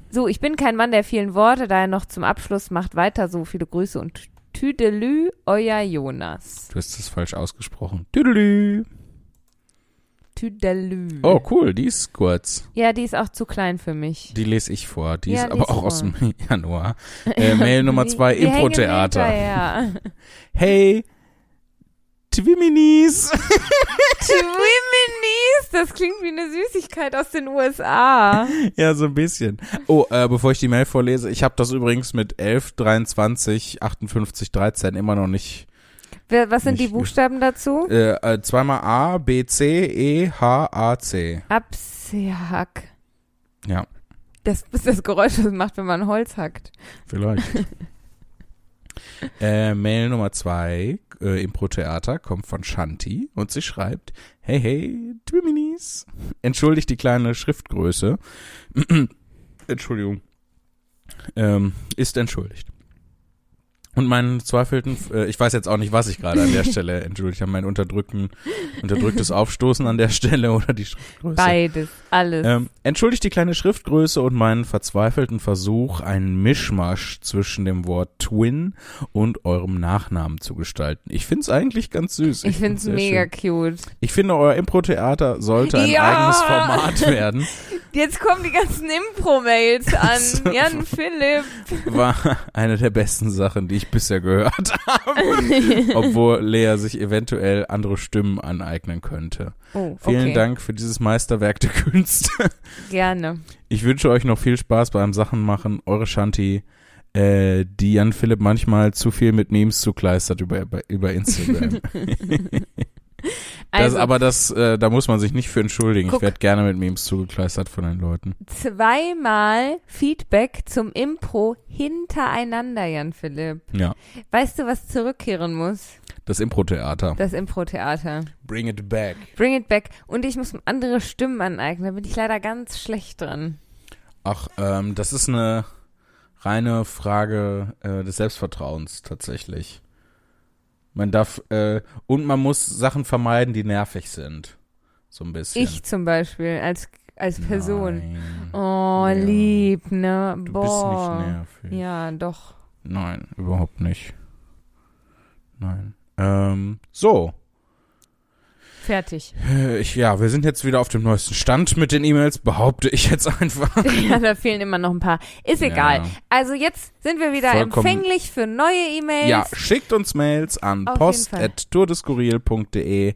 Speaker 1: So, ich bin kein Mann der vielen Worte, daher noch zum Abschluss macht weiter so viele Grüße und Tüdelü, euer Jonas.
Speaker 2: Du hast es falsch ausgesprochen. Tüdelü.
Speaker 1: Tüdelü.
Speaker 2: Oh, cool, die ist kurz.
Speaker 1: Ja, die ist auch zu klein für mich.
Speaker 2: Die lese ich vor. Die
Speaker 1: Ja,
Speaker 2: ist aber
Speaker 1: lies
Speaker 2: auch aus
Speaker 1: vor.
Speaker 2: dem Januar. Äh, Mail Nummer
Speaker 1: Die-
Speaker 2: zwei,
Speaker 1: die hängen
Speaker 2: Impro-Theater.
Speaker 1: hinterher.
Speaker 2: Hey, Twiminis.
Speaker 1: Twiminis, das klingt wie eine Süßigkeit aus den USA.
Speaker 2: Ja, so ein bisschen. Oh, äh, bevor ich die Mail vorlese, ich habe das übrigens mit 11, 23, 58, 13 immer noch nicht.
Speaker 1: Wer- Was sind die
Speaker 2: Nicht-
Speaker 1: Buchstaben dazu?
Speaker 2: Äh, äh, zweimal A, B, C, E, H, A, C.
Speaker 1: Absehhack.
Speaker 2: Ja,
Speaker 1: Das ist das Geräusch, das macht, wenn man Holz hackt.
Speaker 2: vielleicht. äh, Mail Nummer zwei äh, Impro-Theater, kommt von Shanti und sie schreibt, hey, hey, Twiminis. Entschuldigt die kleine Schriftgröße. Entschuldigung. Ähm, ist entschuldigt. Und meinen zweifelten, äh, ich weiß jetzt auch nicht, was ich gerade an der Stelle, entschuldigt habe, mein unterdrückten, unterdrücktes Aufstoßen an der Stelle oder die Schriftgröße.
Speaker 1: Beides, alles.
Speaker 2: Ähm, entschuldigt die kleine Schriftgröße und meinen verzweifelten Versuch, einen Mischmasch zwischen dem Wort Twin und eurem Nachnamen zu gestalten. Ich find's eigentlich ganz süß.
Speaker 1: ich find's
Speaker 2: sehr
Speaker 1: mega
Speaker 2: schön.
Speaker 1: cute.
Speaker 2: Ich finde, euer Impro-Theater sollte ein
Speaker 1: Ja!
Speaker 2: eigenes Format werden.
Speaker 1: Jetzt kommen die ganzen Impro-Mails an. Jan Philipp.
Speaker 2: War eine der besten Sachen, die ich bisher gehört habe. Obwohl Lea sich eventuell andere Stimmen aneignen könnte.
Speaker 1: Oh, okay.
Speaker 2: Vielen Dank für dieses Meisterwerk der Künste.
Speaker 1: Gerne.
Speaker 2: Ich wünsche euch noch viel Spaß beim Sachenmachen. Eure Shanti, äh, die Jan Philipp manchmal zu viel mit Memes zukleistert über, über Instagram. das,
Speaker 1: Also
Speaker 2: aber das, äh, da muss man sich nicht für entschuldigen.
Speaker 1: Guck.
Speaker 2: Ich werde gerne mit Memes zugekleistert von den Leuten.
Speaker 1: zweimal Feedback zum Impro hintereinander, Jan Philipp.
Speaker 2: Ja.
Speaker 1: Weißt du, was zurückkehren muss?
Speaker 2: Das Impro-Theater.
Speaker 1: Das Impro-Theater.
Speaker 2: Bring it back.
Speaker 1: Bring it back. Und ich muss mir andere Stimmen aneignen. Da bin ich leider ganz schlecht dran.
Speaker 2: Ach, ähm, das ist eine reine Frage äh, des Selbstvertrauens tatsächlich. Man darf, äh, und man muss Sachen vermeiden, die nervig sind. So ein bisschen.
Speaker 1: Ich zum Beispiel als, als Person.
Speaker 2: Nein.
Speaker 1: Oh,
Speaker 2: Ja.
Speaker 1: lieb, ne?
Speaker 2: Du
Speaker 1: Boah.
Speaker 2: bist nicht nervig.
Speaker 1: Ja, doch.
Speaker 2: Nein, überhaupt nicht. Nein. Ähm, so.
Speaker 1: Fertig.
Speaker 2: Äh, Ich, ja, wir sind jetzt wieder auf dem neuesten Stand mit den E-Mails, behaupte ich jetzt einfach.
Speaker 1: ja, da fehlen immer noch ein paar. Ist egal.
Speaker 2: Ja.
Speaker 1: Also jetzt sind wir wieder
Speaker 2: Vollkommen-
Speaker 1: empfänglich für neue E-Mails.
Speaker 2: Ja, schickt uns Mails an
Speaker 1: Auf jeden Fall.
Speaker 2: post.tourdeskurril.de.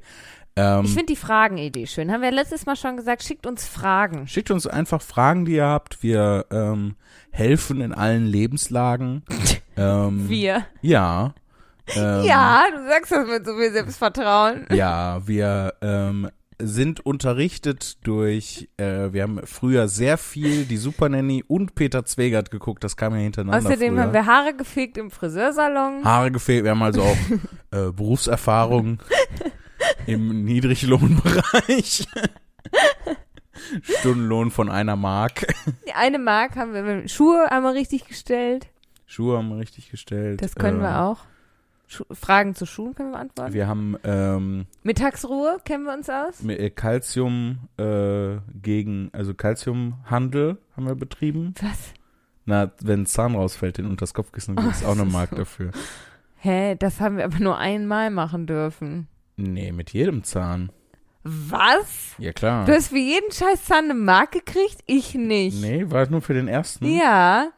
Speaker 1: Ich
Speaker 2: Ähm,
Speaker 1: finde die Fragenidee schön. Haben wir letztes Mal schon gesagt, schickt uns Fragen.
Speaker 2: schickt uns einfach Fragen, die ihr habt. Wir ähm, helfen in allen Lebenslagen. ähm,
Speaker 1: Wir.
Speaker 2: Ja. Ähm,
Speaker 1: ja, du sagst das mit so viel Selbstvertrauen.
Speaker 2: Ja, wir ähm, sind unterrichtet durch, äh, wir haben früher sehr viel die Super Nanny und Peter Zwegert geguckt, das kam ja hintereinander
Speaker 1: Außerdem
Speaker 2: früher.
Speaker 1: haben wir Haare gefegt im Friseursalon.
Speaker 2: Haare gefehlt, wir haben also auch äh, Berufserfahrung im Niedriglohnbereich. Stundenlohn von einer Mark.
Speaker 1: Die eine Mark haben wir, Schuhe haben wir richtig gestellt.
Speaker 2: Schuhe haben wir richtig gestellt.
Speaker 1: Das können
Speaker 2: Ähm,
Speaker 1: wir auch. Schu Fragen zu Schuhen können wir beantworten.
Speaker 2: Wir haben ähm,
Speaker 1: Mittagsruhe kennen wir uns aus.
Speaker 2: mit, äh, Calcium äh, gegen, also Calciumhandel haben wir betrieben.
Speaker 1: Was?
Speaker 2: Na, wenn ein Zahn rausfällt, den unter das Kopfkissen, gibt es auch eine Mark dafür.
Speaker 1: Hä, das haben wir aber nur einmal machen dürfen.
Speaker 2: Nee, mit jedem Zahn.
Speaker 1: Was?
Speaker 2: Ja, klar.
Speaker 1: Du hast für jeden scheiß Zahn eine Mark gekriegt? Ich nicht.
Speaker 2: nee, Hm? war nur für den ersten?
Speaker 1: Ja.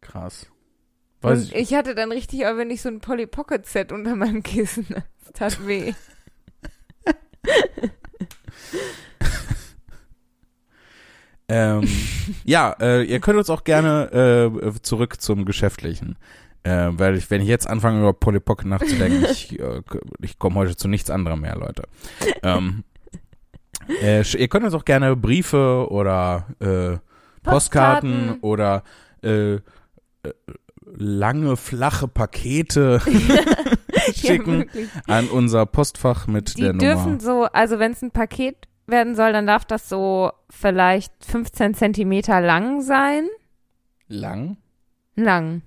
Speaker 2: Krass. Weiß
Speaker 1: und
Speaker 2: ich,
Speaker 1: ich hatte dann richtig, aber wenn ich so ein Polly Pocket Set unter meinem Kissen, das tat weh.
Speaker 2: ähm, ja, äh, ihr könnt uns auch gerne äh, zurück zum Geschäftlichen. Äh, weil ich, wenn ich jetzt anfange, über Polly Pocket nachzudenken, ich, äh, ich komme heute zu nichts anderem mehr, Leute. Ähm, äh, sch- ihr könnt uns auch gerne Briefe oder äh, Postkarten
Speaker 1: Postkarten.
Speaker 2: oder äh, äh, lange, flache Pakete
Speaker 1: Ja,
Speaker 2: schicken
Speaker 1: wirklich.
Speaker 2: an unser Postfach mit
Speaker 1: Die
Speaker 2: der
Speaker 1: dürfen
Speaker 2: Nummer.
Speaker 1: so, also wenn es ein Paket werden soll, dann darf das so vielleicht 15 Zentimeter lang sein.
Speaker 2: Lang?
Speaker 1: Lang,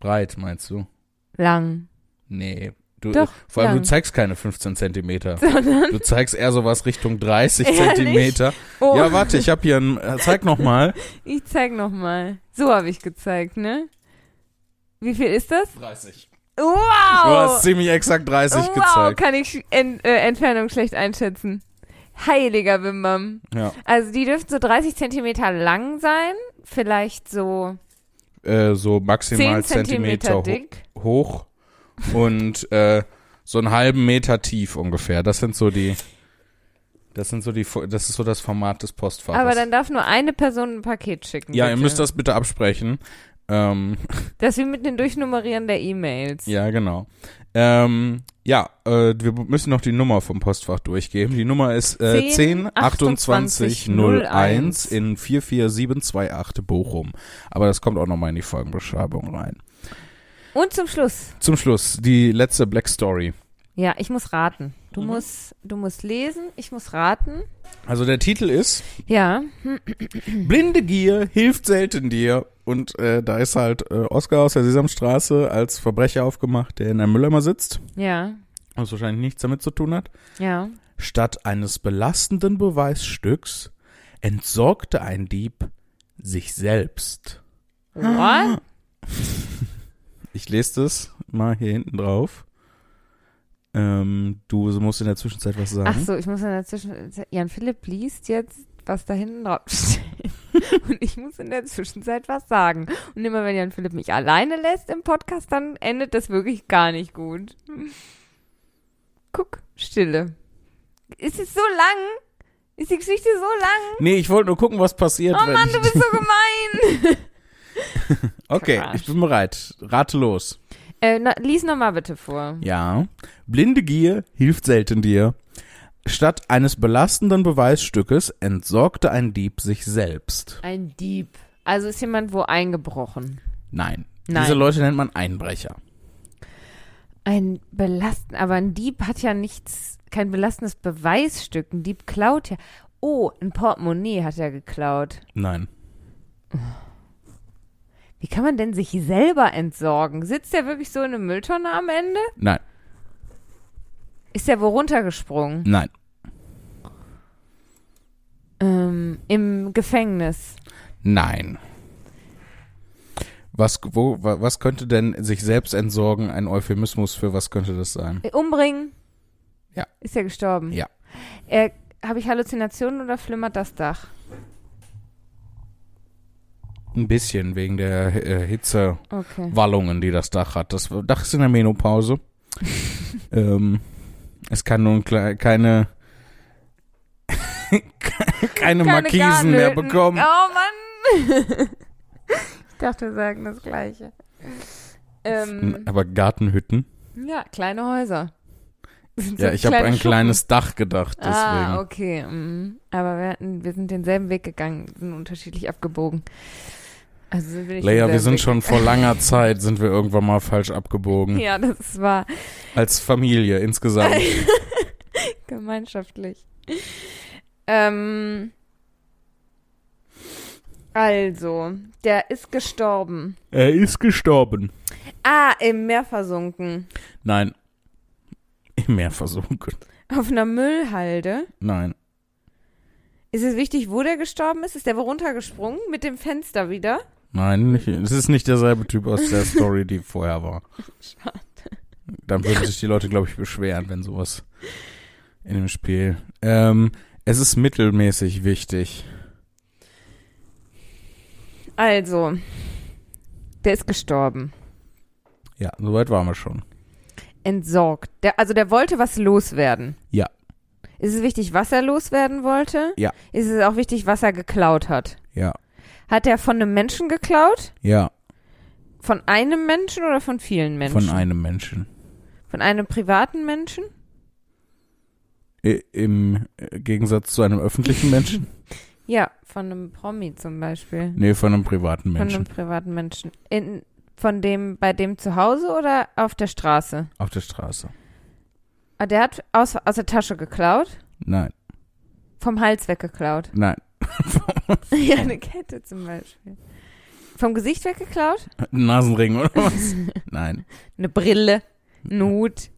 Speaker 2: Breit, meinst du?
Speaker 1: lang.
Speaker 2: Nee. Du,
Speaker 1: Doch,
Speaker 2: Äh, vor allem,
Speaker 1: lang.
Speaker 2: du zeigst keine 15 Zentimeter. Du zeigst eher sowas Richtung 30
Speaker 1: Ehrlich?
Speaker 2: Zentimeter.
Speaker 1: Oh,
Speaker 2: Ja, warte, ich habe hier ein. äh, Zeig nochmal.
Speaker 1: ich zeig nochmal. So habe ich gezeigt, ne? Wie viel ist das?
Speaker 2: 30.
Speaker 1: Wow!
Speaker 2: Du hast ziemlich exakt 30
Speaker 1: wow,
Speaker 2: gezeigt.
Speaker 1: kann ich Ent äh, Entfernung schlecht einschätzen. Heiliger Bimbam.
Speaker 2: Ja.
Speaker 1: Also die dürften so 30 Zentimeter lang sein, vielleicht so
Speaker 2: Äh, so
Speaker 1: 10
Speaker 2: maximal
Speaker 1: Zentimeter
Speaker 2: Zentimeter ho
Speaker 1: dick.
Speaker 2: hoch und äh, so einen halben Meter tief ungefähr. Das sind so die. Das sind so die. Fo- Das ist so das Format des Postfaches.
Speaker 1: Aber dann darf nur eine Person ein Paket schicken.
Speaker 2: ja,
Speaker 1: bitte.
Speaker 2: ihr müsst das bitte absprechen. Ähm,
Speaker 1: Das wie mit dem Durchnummerieren der E-Mails.
Speaker 2: Ja, genau. Ähm, ja, äh, wir müssen noch die Nummer vom Postfach durchgeben. Die Nummer ist äh,
Speaker 1: 10
Speaker 2: 10 28 01 in 44728 Bochum. Aber das kommt auch nochmal in die Folgenbeschreibung rein.
Speaker 1: Und zum Schluss.
Speaker 2: Zum Schluss die letzte Black Story.
Speaker 1: Ja, ich muss raten. Du
Speaker 2: Mhm.
Speaker 1: musst, du musst lesen, ich muss raten.
Speaker 2: Also der Titel ist
Speaker 1: Ja,
Speaker 2: Blinde Gier hilft selten dir. Und äh, da ist halt äh, Oscar aus der Sesamstraße als Verbrecher aufgemacht, der in einem Mülleimer sitzt,
Speaker 1: ja,
Speaker 2: was wahrscheinlich nichts damit zu tun hat.
Speaker 1: ja.
Speaker 2: Statt eines belastenden Beweisstücks entsorgte ein Dieb sich selbst.
Speaker 1: What?
Speaker 2: Ich lese das mal hier hinten drauf. Ähm, du musst in der Zwischenzeit was sagen.
Speaker 1: Ach so, ich muss in der Zwischenzeit. Jan Philipp liest jetzt, was da hinten drauf steht. Und ich muss in der Zwischenzeit was sagen. Und immer wenn Jan Philipp mich alleine lässt im Podcast, dann endet das wirklich gar nicht gut. Guck, Stille. Ist es so lang? Ist die Geschichte so lang?
Speaker 2: Nee, ich wollte nur gucken, was passiert.
Speaker 1: Oh
Speaker 2: wenn
Speaker 1: Mann,
Speaker 2: ich-
Speaker 1: du bist so gemein.
Speaker 2: okay,
Speaker 1: Crash.
Speaker 2: ich bin bereit. Rate los.
Speaker 1: äh, na, lies nochmal bitte vor.
Speaker 2: Ja. Blinde Gier hilft selten dir. Statt eines belastenden Beweisstückes entsorgte ein Dieb sich selbst.
Speaker 1: Ein Dieb. Also ist jemand wo eingebrochen.
Speaker 2: Nein.
Speaker 1: Nein.
Speaker 2: Diese Leute nennt man Einbrecher.
Speaker 1: Ein belasten, aber ein Dieb hat ja nichts, kein belastendes Beweisstück. Ein Dieb klaut ja. Oh, ein Portemonnaie hat er geklaut.
Speaker 2: Nein.
Speaker 1: Wie kann man denn sich selber entsorgen? Sitzt der wirklich so in einem Mülltonne am Ende?
Speaker 2: Nein.
Speaker 1: Ist der wo runtergesprungen?
Speaker 2: Nein.
Speaker 1: Ähm, Im Gefängnis.
Speaker 2: Nein. Was, wo, wa- was könnte denn sich selbst entsorgen ein Euphemismus für was könnte das sein?
Speaker 1: Äh, Umbringen?
Speaker 2: Ja.
Speaker 1: Ist er gestorben?
Speaker 2: Ja.
Speaker 1: Äh, Habe ich Halluzinationen oder flimmert das Dach?
Speaker 2: Ein bisschen wegen der äh, Hitze.
Speaker 1: Okay.
Speaker 2: Wallungen, die das Dach hat. Das Dach ist in der Menopause. ähm, es kann nun kle- keine keine, Markisen mehr
Speaker 1: Garnlöten.
Speaker 2: bekommen.
Speaker 1: Oh Mann! ich dachte, wir sagen das Gleiche. Ähm,
Speaker 2: Aber Gartenhütten.
Speaker 1: ja, kleine Häuser. Sind so
Speaker 2: äh. Ja, ich habe
Speaker 1: kleine
Speaker 2: ein
Speaker 1: Schuppen.
Speaker 2: kleines Dach gedacht, deswegen.
Speaker 1: Ah, okay. mhm. Aber wir, hatten, wir sind denselben Weg gegangen, sind unterschiedlich abgebogen. Also sind wir nicht
Speaker 2: Leia, wir
Speaker 1: denselben
Speaker 2: sind
Speaker 1: Weg.
Speaker 2: schon vor langer Zeit sind wir irgendwann mal falsch abgebogen.
Speaker 1: Ja, das war
Speaker 2: Als Familie insgesamt.
Speaker 1: gemeinschaftlich. Ähm, also, der ist gestorben.
Speaker 2: er ist gestorben.
Speaker 1: Ah, im Meer versunken.
Speaker 2: Nein. Im Meer versunken.
Speaker 1: Auf einer Müllhalde.
Speaker 2: Nein.
Speaker 1: Ist es wichtig, wo der gestorben ist? Ist der wo runtergesprungen mit dem Fenster wieder?
Speaker 2: Nein, nicht, es ist nicht derselbe Typ aus der Story, die vorher war.
Speaker 1: Schade.
Speaker 2: Dann würden sich die Leute, glaube ich, beschweren, wenn sowas in dem Spiel. Ähm, es ist mittelmäßig wichtig.
Speaker 1: Also, der ist gestorben.
Speaker 2: Ja, soweit waren wir schon.
Speaker 1: Entsorgt. Der, also der wollte was loswerden.
Speaker 2: Ja.
Speaker 1: Ist es wichtig, was er loswerden wollte?
Speaker 2: Ja.
Speaker 1: Ist es auch wichtig, was er geklaut hat?
Speaker 2: Ja,
Speaker 1: Hat er von einem Menschen geklaut?
Speaker 2: ja,
Speaker 1: Von einem Menschen oder von vielen Menschen?
Speaker 2: von einem Menschen.
Speaker 1: Von einem privaten Menschen?
Speaker 2: I Im äh, Gegensatz zu einem öffentlichen Menschen?
Speaker 1: Ja, von einem Promi zum Beispiel.
Speaker 2: Nee, von einem privaten
Speaker 1: Von
Speaker 2: Menschen.
Speaker 1: einem privaten Menschen. In, von dem, bei dem zu Hause oder auf der Straße?
Speaker 2: Auf der Straße.
Speaker 1: Ah, der hat aus, aus der Tasche geklaut,
Speaker 2: Nein,
Speaker 1: vom Hals weggeklaut.
Speaker 2: nein.
Speaker 1: ja, eine Kette zum Beispiel. Vom Gesicht weggeklaut?
Speaker 2: Nasenring oder was? Nein.
Speaker 1: Eine Brille, ein Hut.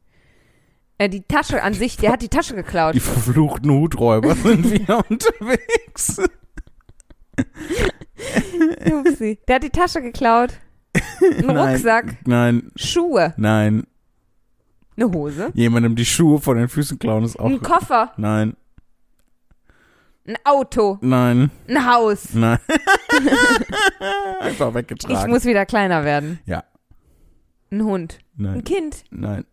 Speaker 1: Äh, die Tasche an sich, der hat die Tasche geklaut.
Speaker 2: Die verfluchten Huträuber sind wieder unterwegs.
Speaker 1: Upsi. Der hat die Tasche geklaut. Ein
Speaker 2: Nein.
Speaker 1: Rucksack,
Speaker 2: Nein,
Speaker 1: Schuhe,
Speaker 2: nein.
Speaker 1: eine Hose,
Speaker 2: Jemandem die Schuhe von den Füßen klauen ist auch.
Speaker 1: ein Koffer,
Speaker 2: Nein,
Speaker 1: ein Auto,
Speaker 2: nein,
Speaker 1: ein Haus.
Speaker 2: nein. Einfach
Speaker 1: Ich
Speaker 2: weggetragen.
Speaker 1: muss wieder kleiner werden.
Speaker 2: Ja.
Speaker 1: Ein Hund,
Speaker 2: nein.
Speaker 1: ein Kind.
Speaker 2: Nein.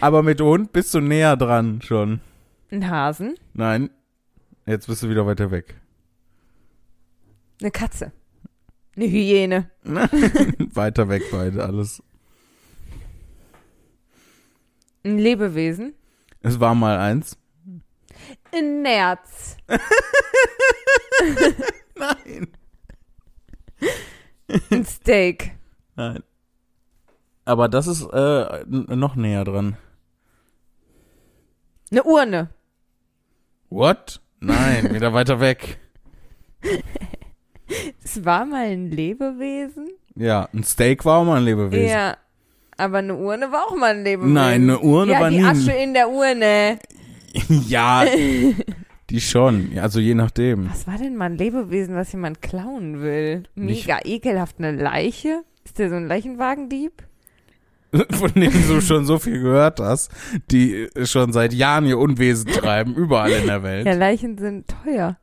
Speaker 2: Aber mit Hund bist du näher dran schon.
Speaker 1: Ein Hasen,
Speaker 2: Nein. Jetzt bist du wieder weiter weg.
Speaker 1: eine Katze, eine Hyäne.
Speaker 2: weiter weg beide alles.
Speaker 1: Ein Lebewesen.
Speaker 2: Es war mal eins.
Speaker 1: Ein Nerz.
Speaker 2: Nein.
Speaker 1: Ein Steak.
Speaker 2: Nein. Aber das ist äh, n- noch näher dran.
Speaker 1: Eine Urne.
Speaker 2: What? Nein, wieder weiter weg.
Speaker 1: Es war mal ein Lebewesen.
Speaker 2: Ja, ein Steak war auch mal ein Lebewesen.
Speaker 1: Ja. Aber eine Urne war auch mal ein Lebewesen.
Speaker 2: Nein, eine Urne
Speaker 1: ja,
Speaker 2: war
Speaker 1: die
Speaker 2: nie ein-
Speaker 1: Asche in der Urne.
Speaker 2: ja, die schon. Also je nachdem.
Speaker 1: Was war denn mal ein Lebewesen, was jemand klauen will? Mega ekelhaft. Eine Leiche? Ist der so ein Leichenwagendieb?
Speaker 2: Von denen du schon so viel gehört hast, die schon seit Jahren ihr Unwesen treiben, überall in der Welt.
Speaker 1: Ja, Leichen sind teuer.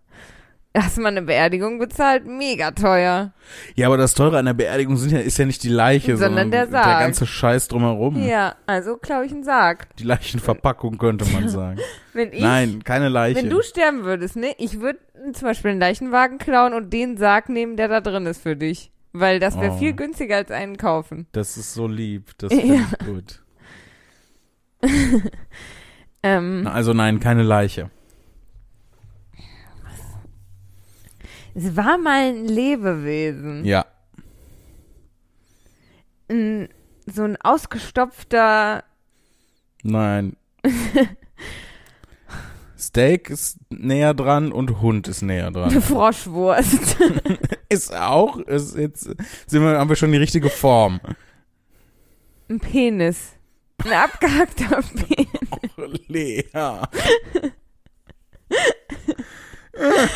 Speaker 1: Hast du mal eine Beerdigung bezahlt? Mega teuer.
Speaker 2: Ja, aber das Teure an der Beerdigung sind ja, ist ja nicht die Leiche, sondern,
Speaker 1: Sondern der Sarg.
Speaker 2: der ganze Scheiß drumherum.
Speaker 1: Ja, also klaue ich einen Sarg.
Speaker 2: Die Leichenverpackung könnte man sagen.
Speaker 1: Wenn ich,
Speaker 2: Nein, keine Leiche.
Speaker 1: wenn du sterben würdest, ne? Ich würde zum Beispiel einen Leichenwagen klauen und den Sarg nehmen, der da drin ist für dich. Weil das wäre
Speaker 2: Oh.
Speaker 1: viel günstiger als einen kaufen.
Speaker 2: das ist so lieb, das finde
Speaker 1: Ja.
Speaker 2: ich gut.
Speaker 1: Ähm,
Speaker 2: Na, Also nein, keine Leiche.
Speaker 1: es war mal ein Lebewesen.
Speaker 2: Ja.
Speaker 1: Ein, so ein ausgestopfter
Speaker 2: Nein. Steak ist näher dran und Hund ist näher dran.
Speaker 1: Froschwurst.
Speaker 2: Ist auch, ist jetzt sind wir, haben wir schon die richtige Form.
Speaker 1: Ein Penis. Ein abgehackter Penis.
Speaker 2: Lea.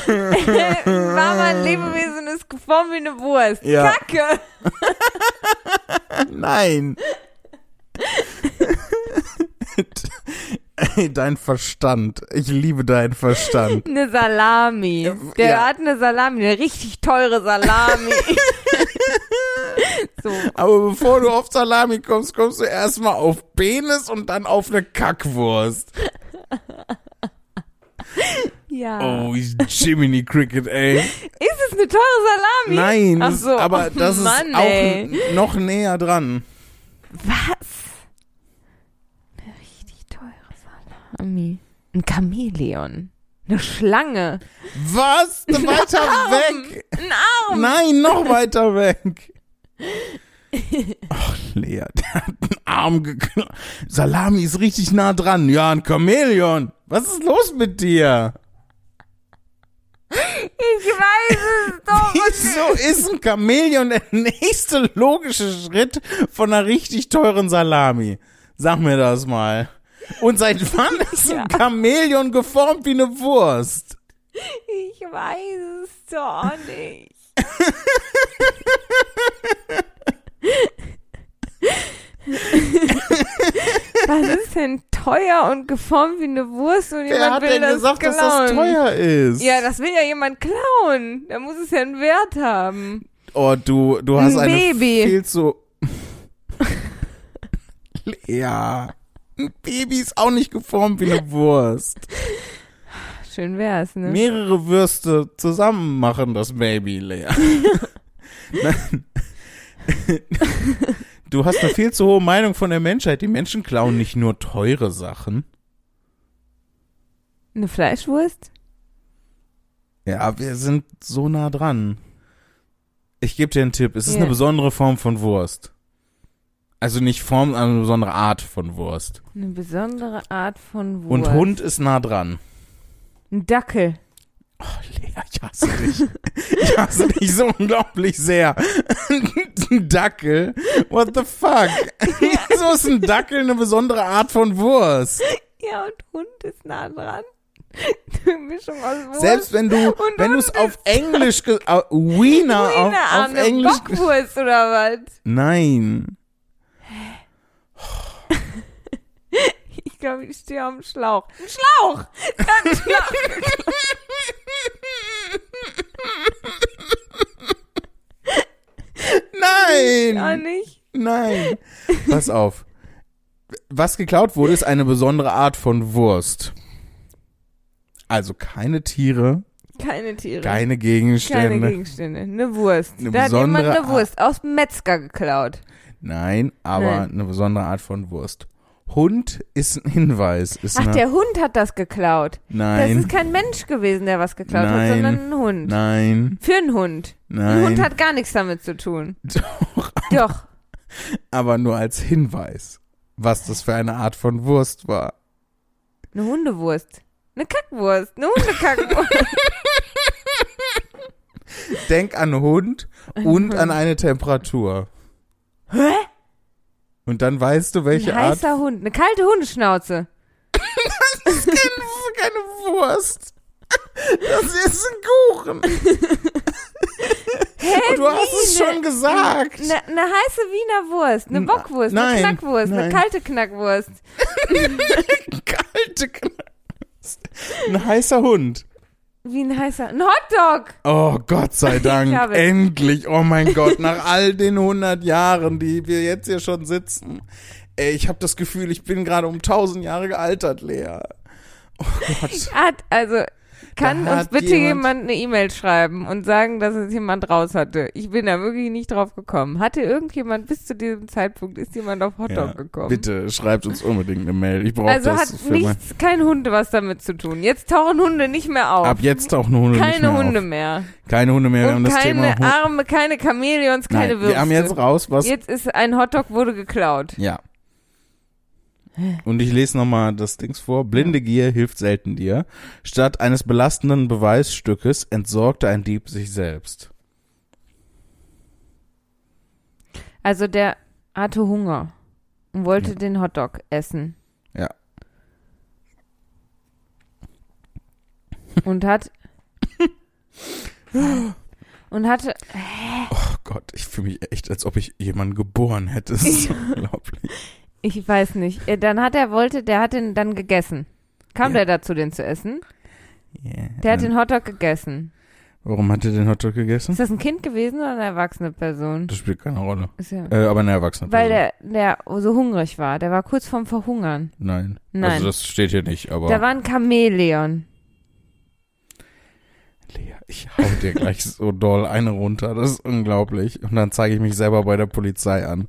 Speaker 1: War mal ein Lebewesen, ist geformt wie eine Wurst.
Speaker 2: Ja.
Speaker 1: Kacke.
Speaker 2: Nein. Ey, Dein Verstand. Ich liebe deinen Verstand.
Speaker 1: Eine Salami. Der
Speaker 2: ja.
Speaker 1: hat eine Salami, eine richtig teure Salami. so,
Speaker 2: Aber bevor du auf Salami kommst, kommst du erstmal auf Penis und dann auf eine Kackwurst.
Speaker 1: ja.
Speaker 2: Oh, Jiminy Cricket, ey.
Speaker 1: Ist es eine teure Salami?
Speaker 2: Nein,
Speaker 1: Ach
Speaker 2: das-
Speaker 1: so.
Speaker 2: aber
Speaker 1: Oh,
Speaker 2: das
Speaker 1: Mann,
Speaker 2: ist auch
Speaker 1: ey.
Speaker 2: n- noch näher dran.
Speaker 1: Was? Eine richtig teure Salami. Ein Chamäleon. Eine Schlange.
Speaker 2: Was? Weiter weg.
Speaker 1: Ein Arm.
Speaker 2: Nein, noch weiter weg. Ach, Lea, der hat einen Arm geklaut. Salami ist richtig nah dran. Ja, ein Chamäleon. Was ist los mit dir?
Speaker 1: Ich weiß es doch.
Speaker 2: Wieso ist ein Chamäleon der nächste logische Schritt von einer richtig teuren Salami? Sag mir das mal. Und seit wann ist ein Chamäleon geformt wie eine Wurst?
Speaker 1: Ich weiß es doch nicht. Was ist denn teuer und geformt wie eine Wurst und
Speaker 2: Wer
Speaker 1: jemand
Speaker 2: hat
Speaker 1: will
Speaker 2: denn
Speaker 1: das
Speaker 2: gesagt,
Speaker 1: klauen?
Speaker 2: dass das teuer ist?
Speaker 1: Ja, das will ja jemand klauen. Da muss es ja einen Wert haben.
Speaker 2: oh, du, du hast
Speaker 1: Ein
Speaker 2: eine
Speaker 1: Baby.
Speaker 2: viel zu... Lea, ein Baby ist auch nicht geformt wie eine Wurst.
Speaker 1: Schön wär's, ne?
Speaker 2: Mehrere Würste zusammen machen das Baby leer. Nein. du hast eine viel zu hohe Meinung von der Menschheit. Die Menschen klauen nicht nur teure Sachen.
Speaker 1: Eine Fleischwurst?
Speaker 2: Ja, wir sind so nah dran. Ich gebe dir einen Tipp. Es ist
Speaker 1: Ja.
Speaker 2: eine besondere Form von Wurst. Also nicht Form, sondern eine besondere Art von Wurst.
Speaker 1: Eine besondere Art von Wurst.
Speaker 2: Und Hund ist nah dran.
Speaker 1: Ein Dackel.
Speaker 2: Oh, Lea, ich hasse dich. Ich hasse dich so unglaublich sehr. Ein Dackel? What the fuck? Wieso ist ein Dackel eine besondere Art von Wurst?
Speaker 1: Ja, und Hund ist nah dran. Eine Mischung aus Wurst.
Speaker 2: Selbst wenn du,
Speaker 1: Und
Speaker 2: wenn du es auf Englisch, ge äh, Wiener auf,
Speaker 1: Eine
Speaker 2: auf
Speaker 1: Arme
Speaker 2: Englisch, ge-
Speaker 1: Bockwurst oder was?
Speaker 2: nein.
Speaker 1: Ich glaube, ich stehe am Schlauch. Ein Schlauch! Ein Schlauch. Auch
Speaker 2: Nein!
Speaker 1: nicht.
Speaker 2: Nein! Pass auf. Was geklaut wurde, ist eine besondere Art von Wurst. Also keine Tiere,
Speaker 1: Keine Tiere.
Speaker 2: Keine
Speaker 1: Keine
Speaker 2: Gegenstände.
Speaker 1: Gegenstände. Eine Wurst.
Speaker 2: Eine
Speaker 1: da hat jemand
Speaker 2: besondere
Speaker 1: eine Wurst aus dem Metzger geklaut.
Speaker 2: Nein, aber
Speaker 1: Nein.
Speaker 2: eine besondere Art von Wurst. Hund ist ein Hinweis. Ist
Speaker 1: Ach,
Speaker 2: eine,
Speaker 1: der Hund hat das geklaut.
Speaker 2: nein,
Speaker 1: Das ist kein Mensch gewesen, der was geklaut
Speaker 2: Nein.
Speaker 1: hat, sondern ein Hund.
Speaker 2: nein,
Speaker 1: Für einen Hund. Ein
Speaker 2: nein.
Speaker 1: Hund hat gar nichts damit zu tun.
Speaker 2: Doch,
Speaker 1: Doch.
Speaker 2: aber nur als Hinweis, was das für eine Art von Wurst war.
Speaker 1: Eine Hundewurst. Eine Kackwurst. Eine Hundekackwurst.
Speaker 2: Denk an Hund und an eine Temperatur.
Speaker 1: Hä?
Speaker 2: Und dann weißt du, welche
Speaker 1: Ein
Speaker 2: Art.
Speaker 1: heißer Hund. Eine kalte Hundeschnauze.
Speaker 2: Das ist keine, keine Wurst. Das ist ein Kuchen. Und Oh, du hast es
Speaker 1: Biene.
Speaker 2: schon gesagt.
Speaker 1: Eine, eine heiße Wiener Wurst. Eine
Speaker 2: N-
Speaker 1: Bockwurst.
Speaker 2: nein,
Speaker 1: eine Knackwurst.
Speaker 2: nein.
Speaker 1: Eine kalte Knackwurst.
Speaker 2: Kalte Knast. Ein heißer Hund.
Speaker 1: Wie ein heißer. Ein Hotdog.
Speaker 2: Oh, Gott sei
Speaker 1: Ich hab
Speaker 2: Dank.
Speaker 1: es.
Speaker 2: Endlich. Oh mein Gott. Nach all den 100 Jahren, die wir jetzt hier schon sitzen. Ey, ich habe das Gefühl, ich bin gerade um 1000 Jahre gealtert, Lea. Oh Gott.
Speaker 1: Hat, also, kann
Speaker 2: Da
Speaker 1: uns
Speaker 2: hat
Speaker 1: bitte jemand,
Speaker 2: jemand-
Speaker 1: eine E-Mail schreiben und sagen, dass es jemand raus hatte. Ich bin da wirklich nicht drauf gekommen. Hatte irgendjemand bis zu diesem Zeitpunkt, ist jemand auf Hotdog
Speaker 2: Ja,
Speaker 1: gekommen.
Speaker 2: Bitte schreibt uns unbedingt eine Mail. Ich brauche
Speaker 1: Also
Speaker 2: das
Speaker 1: hat
Speaker 2: für mein
Speaker 1: nichts, kein Hund was damit zu tun. Jetzt tauchen Hunde nicht mehr auf.
Speaker 2: Ab jetzt tauchen Hunde nicht
Speaker 1: keine
Speaker 2: mehr
Speaker 1: Hunde
Speaker 2: auf.
Speaker 1: mehr.
Speaker 2: Keine Hunde mehr. Wir haben
Speaker 1: Und
Speaker 2: das
Speaker 1: keine
Speaker 2: Thema Hund-
Speaker 1: Arme, keine Chamäleons,
Speaker 2: Nein,
Speaker 1: keine Würste.
Speaker 2: wir haben jetzt raus, was.
Speaker 1: Jetzt ist ein Hotdog wurde geklaut.
Speaker 2: Ja. Und ich lese nochmal das Dings vor. Blinde Gier hilft selten dir. Statt eines belastenden Beweisstückes entsorgte ein Dieb sich selbst.
Speaker 1: Also der hatte Hunger und wollte den Hotdog essen.
Speaker 2: Ja.
Speaker 1: Und hat und hatte
Speaker 2: Oh Gott, ich fühle mich echt, als ob ich jemanden geboren hätte. Das ist so unglaublich.
Speaker 1: ich weiß nicht, äh, dann hat er wollte, der hat den dann gegessen. Kam der
Speaker 2: Ja.
Speaker 1: dazu den zu essen?
Speaker 2: Yeah.
Speaker 1: Der hat den Hotdog gegessen.
Speaker 2: Warum hat er den Hotdog gegessen?
Speaker 1: Ist das ein Kind gewesen oder eine erwachsene Person?
Speaker 2: Das spielt keine Rolle.
Speaker 1: Ist ja,
Speaker 2: Äh, aber eine Erwachsene.
Speaker 1: weil der der so hungrig war, der war kurz vorm Verhungern.
Speaker 2: Nein.
Speaker 1: Nein.
Speaker 2: Also das steht hier nicht, aber.
Speaker 1: Da war ein Chamäleon.
Speaker 2: Lea, ich hau dir gleich so doll eine runter. Das ist unglaublich. Und dann zeige ich mich selber bei der Polizei an.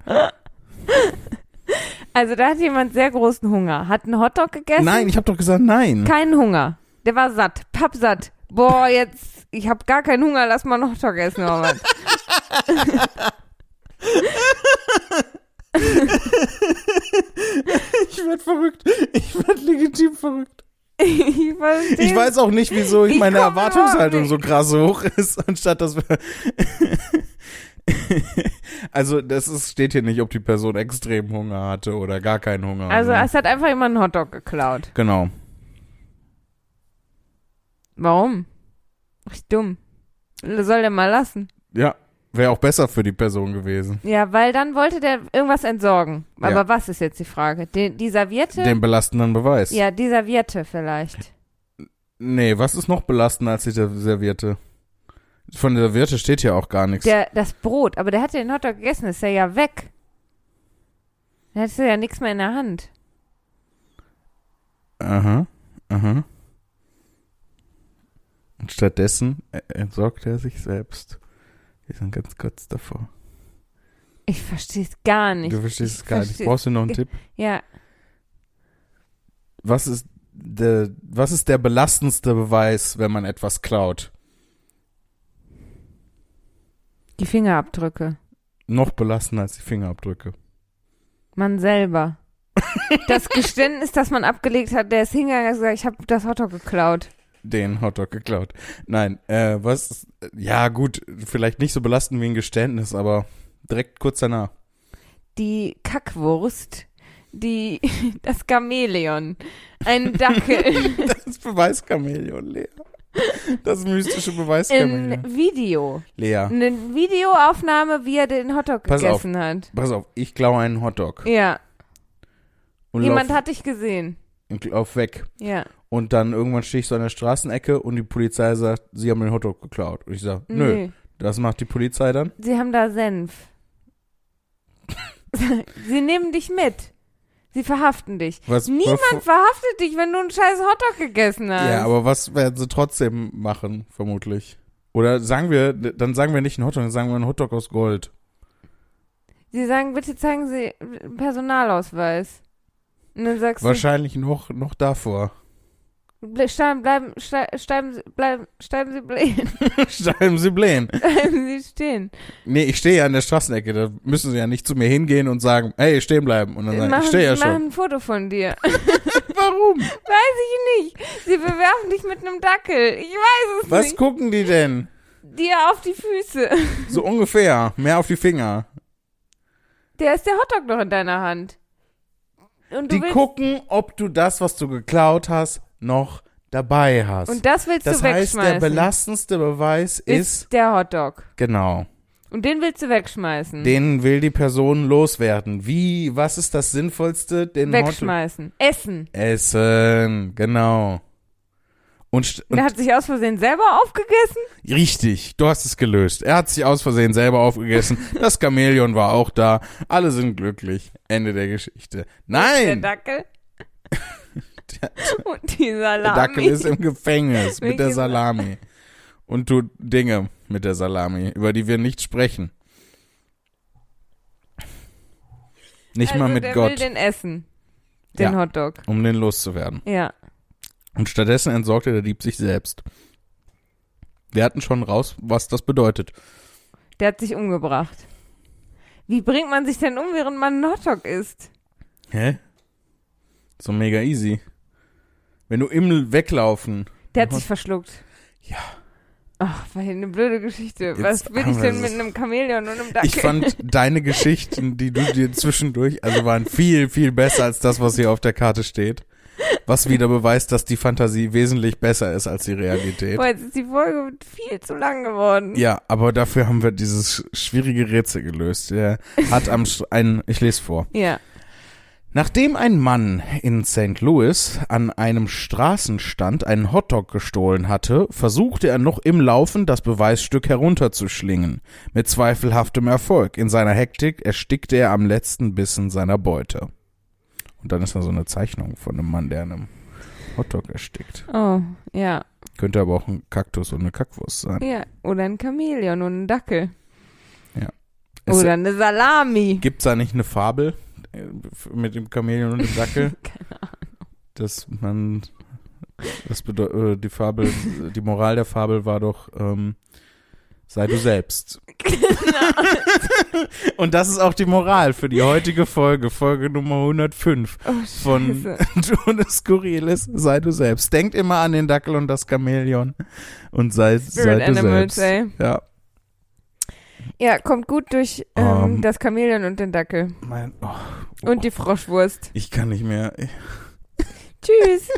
Speaker 1: Also da hat jemand sehr großen Hunger, hat einen Hotdog gegessen.
Speaker 2: Nein, ich habe doch gesagt nein.
Speaker 1: Keinen Hunger. Der war satt, pappsatt. Boah, jetzt, ich hab gar keinen Hunger, lass mal einen Hotdog essen, Robert.
Speaker 2: Ich werd verrückt. Ich werd legitim verrückt.
Speaker 1: Ich verstehe.
Speaker 2: Ich weiß auch nicht, wieso ich
Speaker 1: Ich
Speaker 2: meine
Speaker 1: komm überhaupt
Speaker 2: Erwartungshaltung
Speaker 1: nicht.
Speaker 2: so krass hoch ist, anstatt dass wir. Also, das ist, steht hier nicht, ob die Person extrem Hunger hatte oder gar keinen Hunger.
Speaker 1: Also, es hat einfach jemand einen Hotdog geklaut.
Speaker 2: genau.
Speaker 1: Warum? Richtig dumm. Soll der mal lassen.
Speaker 2: Ja. Wäre auch besser für die Person gewesen.
Speaker 1: Ja, weil dann wollte der irgendwas entsorgen. Aber
Speaker 2: Ja.
Speaker 1: was ist jetzt die Frage? Den, die Serviette?
Speaker 2: Den belastenden Beweis.
Speaker 1: ja, die Serviette vielleicht.
Speaker 2: Nee, was ist noch belastender als die Serviette? Von der Serviette steht hier auch gar nichts.
Speaker 1: Der, das Brot. Aber der hat ja den Hotdog gegessen, ist ja ja weg. Dann hättest du ja nichts mehr in der Hand.
Speaker 2: Aha, aha. Und stattdessen äh, entsorgt er sich selbst. Wir sind ganz kurz davor.
Speaker 1: Ich verstehe es gar nicht.
Speaker 2: du verstehst es
Speaker 1: ich
Speaker 2: gar nicht.
Speaker 1: versteh-
Speaker 2: Brauchst du noch einen
Speaker 1: ich-
Speaker 2: Tipp?
Speaker 1: Ja,
Speaker 2: Was ist, der, was ist der belastendste Beweis, wenn man etwas klaut?
Speaker 1: die Fingerabdrücke.
Speaker 2: Noch belastender als die Fingerabdrücke.
Speaker 1: Man selber. Das Geständnis, das man abgelegt hat, der ist hingegangen und hat gesagt, ich habe das Hotdog geklaut.
Speaker 2: den Hotdog geklaut. Nein, äh, was? ist- Ja, gut, vielleicht nicht so belastend wie ein Geständnis, aber direkt kurz danach.
Speaker 1: Die Kackwurst, die das Chamäleon, ein Dackel
Speaker 2: Das Beweiskamelion, Lea. Das mystische Beweiskamelion.
Speaker 1: in Video.
Speaker 2: Lea,
Speaker 1: Eine Videoaufnahme, wie er den Hotdog
Speaker 2: Ah. Pass auf.
Speaker 1: gegessen hat.
Speaker 2: pass auf, ich klaue einen Hotdog.
Speaker 1: Ja,
Speaker 2: Und
Speaker 1: jemand
Speaker 2: lauf,
Speaker 1: hat dich gesehen.
Speaker 2: und lauf weg.
Speaker 1: Ja.
Speaker 2: Und dann irgendwann stehe ich so an der Straßenecke und die Polizei sagt, sie haben den Hotdog geklaut. Und ich sage, nö,
Speaker 1: Nee.
Speaker 2: das macht die Polizei dann.
Speaker 1: Sie haben da Senf. Sie nehmen dich mit. Sie verhaften dich.
Speaker 2: Was,
Speaker 1: Niemand
Speaker 2: was-
Speaker 1: verhaftet dich, wenn du einen scheiß Hotdog gegessen hast.
Speaker 2: Ja, aber was werden sie trotzdem machen, vermutlich? Oder sagen wir, dann sagen wir nicht einen Hotdog, dann sagen wir einen Hotdog aus Gold.
Speaker 1: Sie sagen, bitte zeigen Sie einen Personalausweis. Und dann sagst
Speaker 2: Wahrscheinlich noch, noch davor.
Speaker 1: du, Ble- Stein bleiben, Ste- steiben, Sie- bleiben, steiben Sie, ble-
Speaker 2: Steigen Sie blähen.
Speaker 1: bleiben Sie stehen.
Speaker 2: Nee, ich stehe ja an der Straßenecke. Da müssen Sie ja nicht zu mir hingehen und sagen, hey, stehen bleiben. Und dann sagen, ich
Speaker 1: machen,
Speaker 2: stehe ja
Speaker 1: machen
Speaker 2: schon.
Speaker 1: ein Foto von dir.
Speaker 2: Warum?
Speaker 1: Weiß ich nicht. Sie bewerfen dich mit einem Dackel. Ich weiß es
Speaker 2: Was
Speaker 1: nicht.
Speaker 2: gucken die denn?
Speaker 1: Dir auf die Füße.
Speaker 2: So ungefähr. Mehr auf die Finger.
Speaker 1: Der ist der Hotdog noch in deiner Hand. Und du
Speaker 2: Die
Speaker 1: willst,
Speaker 2: gucken, ob du das, was du geklaut hast, noch dabei hast.
Speaker 1: und das willst
Speaker 2: das
Speaker 1: du
Speaker 2: heißt, der
Speaker 1: wegschmeißen.
Speaker 2: belastendste Beweis ist,
Speaker 1: ist der Hotdog.
Speaker 2: genau,
Speaker 1: Und den willst du wegschmeißen.
Speaker 2: den will die Person loswerden. Wie, was ist das Sinnvollste? Den Hotdog
Speaker 1: wegschmeißen. Essen.
Speaker 2: essen, genau. Und, st-
Speaker 1: Und der
Speaker 2: und
Speaker 1: hat sich aus Versehen selber aufgegessen.
Speaker 2: richtig, du hast es gelöst. Er hat sich aus Versehen selber aufgegessen. Das Chamäleon war auch da. Alle sind glücklich. Ende der Geschichte.
Speaker 1: Der
Speaker 2: Nein,
Speaker 1: Dackel. Und die Salami.
Speaker 2: der Dackel ist im Gefängnis mit der
Speaker 1: Welche-
Speaker 2: Salami. Und tut Dinge mit der Salami, über die wir nicht sprechen. Nicht
Speaker 1: also
Speaker 2: mal mit
Speaker 1: der will
Speaker 2: Gott.
Speaker 1: den essen. Den
Speaker 2: Ja.
Speaker 1: Hotdog.
Speaker 2: um den loszuwerden.
Speaker 1: Ja.
Speaker 2: Und stattdessen entsorgte der Dieb sich selbst. Wir hatten schon raus, was das bedeutet.
Speaker 1: Der hat sich umgebracht. Wie bringt man sich denn um, während man einen Hotdog isst?
Speaker 2: Hä? So mega easy. Wenn du im Weglaufen.
Speaker 1: Der hat sich verschluckt.
Speaker 2: Ja.
Speaker 1: Ach, war hier eine blöde Geschichte.
Speaker 2: Jetzt
Speaker 1: Was will
Speaker 2: haben
Speaker 1: ich
Speaker 2: wir
Speaker 1: denn
Speaker 2: das.
Speaker 1: mit einem Chamäleon und einem Dackel?
Speaker 2: Ich fand deine Geschichten, die du dir zwischendurch, also waren viel, viel besser als das, was hier auf der Karte steht. Was wieder beweist, dass die Fantasie wesentlich besser ist als die Realität.
Speaker 1: Boah, jetzt ist die Folge viel zu lang geworden.
Speaker 2: Ja, aber dafür haben wir dieses schwierige Rätsel gelöst. Er hat am, Sch- ein, ich lese vor.
Speaker 1: Ja.
Speaker 2: Nachdem ein Mann in St. Louis an einem Straßenstand einen Hotdog gestohlen hatte, versuchte er noch im Laufen das Beweisstück herunterzuschlingen. Mit zweifelhaftem Erfolg. In seiner Hektik erstickte er am letzten Bissen seiner Beute. Und dann ist da so eine Zeichnung von einem Mann, der an einem Hotdog erstickt.
Speaker 1: Oh, ja.
Speaker 2: Könnte aber auch ein Kaktus und eine Kackwurst sein.
Speaker 1: Ja. Oder ein Chamäleon und ein Dackel.
Speaker 2: Es
Speaker 1: Oder eine Salami.
Speaker 2: Gibt's da nicht eine Fabel äh, f- mit dem Chamäleon und dem Dackel? dass man das bedeu- äh, die Fabel, die Moral der Fabel war doch, ähm, sei du selbst.
Speaker 1: Genau.
Speaker 2: Und das ist auch die Moral für die heutige Folge, Folge Nummer 105
Speaker 1: Oh,
Speaker 2: von
Speaker 1: Scheiße.
Speaker 2: Jonas Skurriles, sei du selbst. Denkt immer an den Dackel und das Chamäleon und sei, sei
Speaker 1: Spirit
Speaker 2: du
Speaker 1: Animals,
Speaker 2: selbst.
Speaker 1: ey.
Speaker 2: Ja,
Speaker 1: Ja, kommt gut durch ähm,
Speaker 2: Ähm.
Speaker 1: das Chamäleon und den Dackel.
Speaker 2: mein, oh,
Speaker 1: Und die Froschwurst.
Speaker 2: ich kann nicht mehr.
Speaker 1: Tschüss.